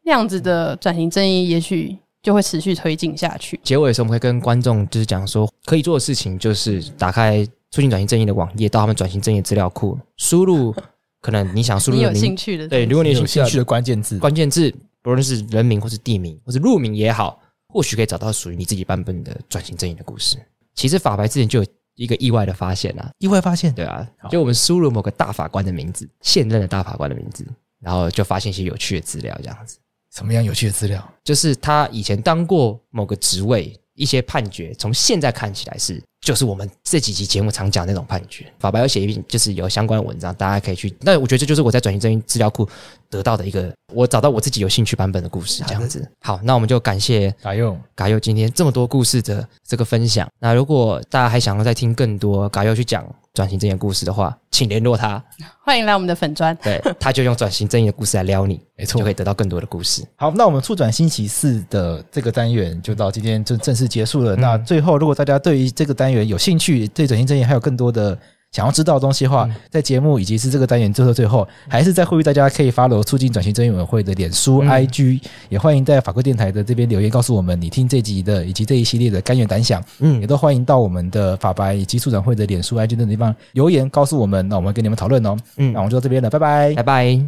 B: 那样子的转型正义，也许就会持续推进下去。
A: 结尾的时候我们会跟观众就是讲说，可以做的事情就是打开促进转型正义的网页，到他们转型正义的资料库，输入可能你想输入
B: 你
A: 的
B: 有兴
A: 名，
B: 趣 的
A: 对，如果你有
C: 有
A: 兴
C: 兴
A: 趣
C: 趣
A: 的
C: 的关键字，
A: 关键字，不论是人名或是地名或是路名也好，或许可以找到属于你自己版本的转型正义的故事。其实法白之前就有一个意外的发现啊，
C: 意外发现，
A: 对啊，就我们输入某个大法官的名字，现任的大法官的名字，然后就发现一些有趣的资料，这样子，
C: 什么样有趣的资料？
A: 就是他以前当过某个职位，一些判决，从现在看起来是，就是我们这几集节目常讲那种判决。法白有写一篇，就是有相关的文章，大家可以去。那我觉得这就是我在转型正义资料库得到的一个，我找到我自己有兴趣版本的故事，这样子。嗯好，那我们就感谢
C: 打用
A: 嘎佑今天这么多故事的这个分享。那如果大家还想要再听更多嘎佑去讲转型这件故事的话，请联络他，
B: 欢迎来我们的粉砖。
A: 对，他就用转型正义的故事来 撩你，
C: 没错
A: 就可以得到更多的故事。
C: 好，那我们促转星期四的这个单元就到今天就正式结束
A: 嗯
C: 了。那最后，如果大家对于这个单元有兴趣，对转型正义还有更多的想要知道的东西的话，
A: 嗯
C: 在节目以及是这个单元最后最后，还是在呼吁大家可以 follow 促进转型正义委员会的脸书、
A: 嗯
C: IG，也欢迎在法规电台的这边留言告诉我们你听这集的以及这一系列的甘愿感想，也
A: 嗯，
C: 都欢迎到我们的法白以及促转会的脸书、IG 等地方留言告诉我们，那我们跟你们讨论哦。
A: 嗯
C: 那我们就到这边了，拜拜
A: 拜。拜。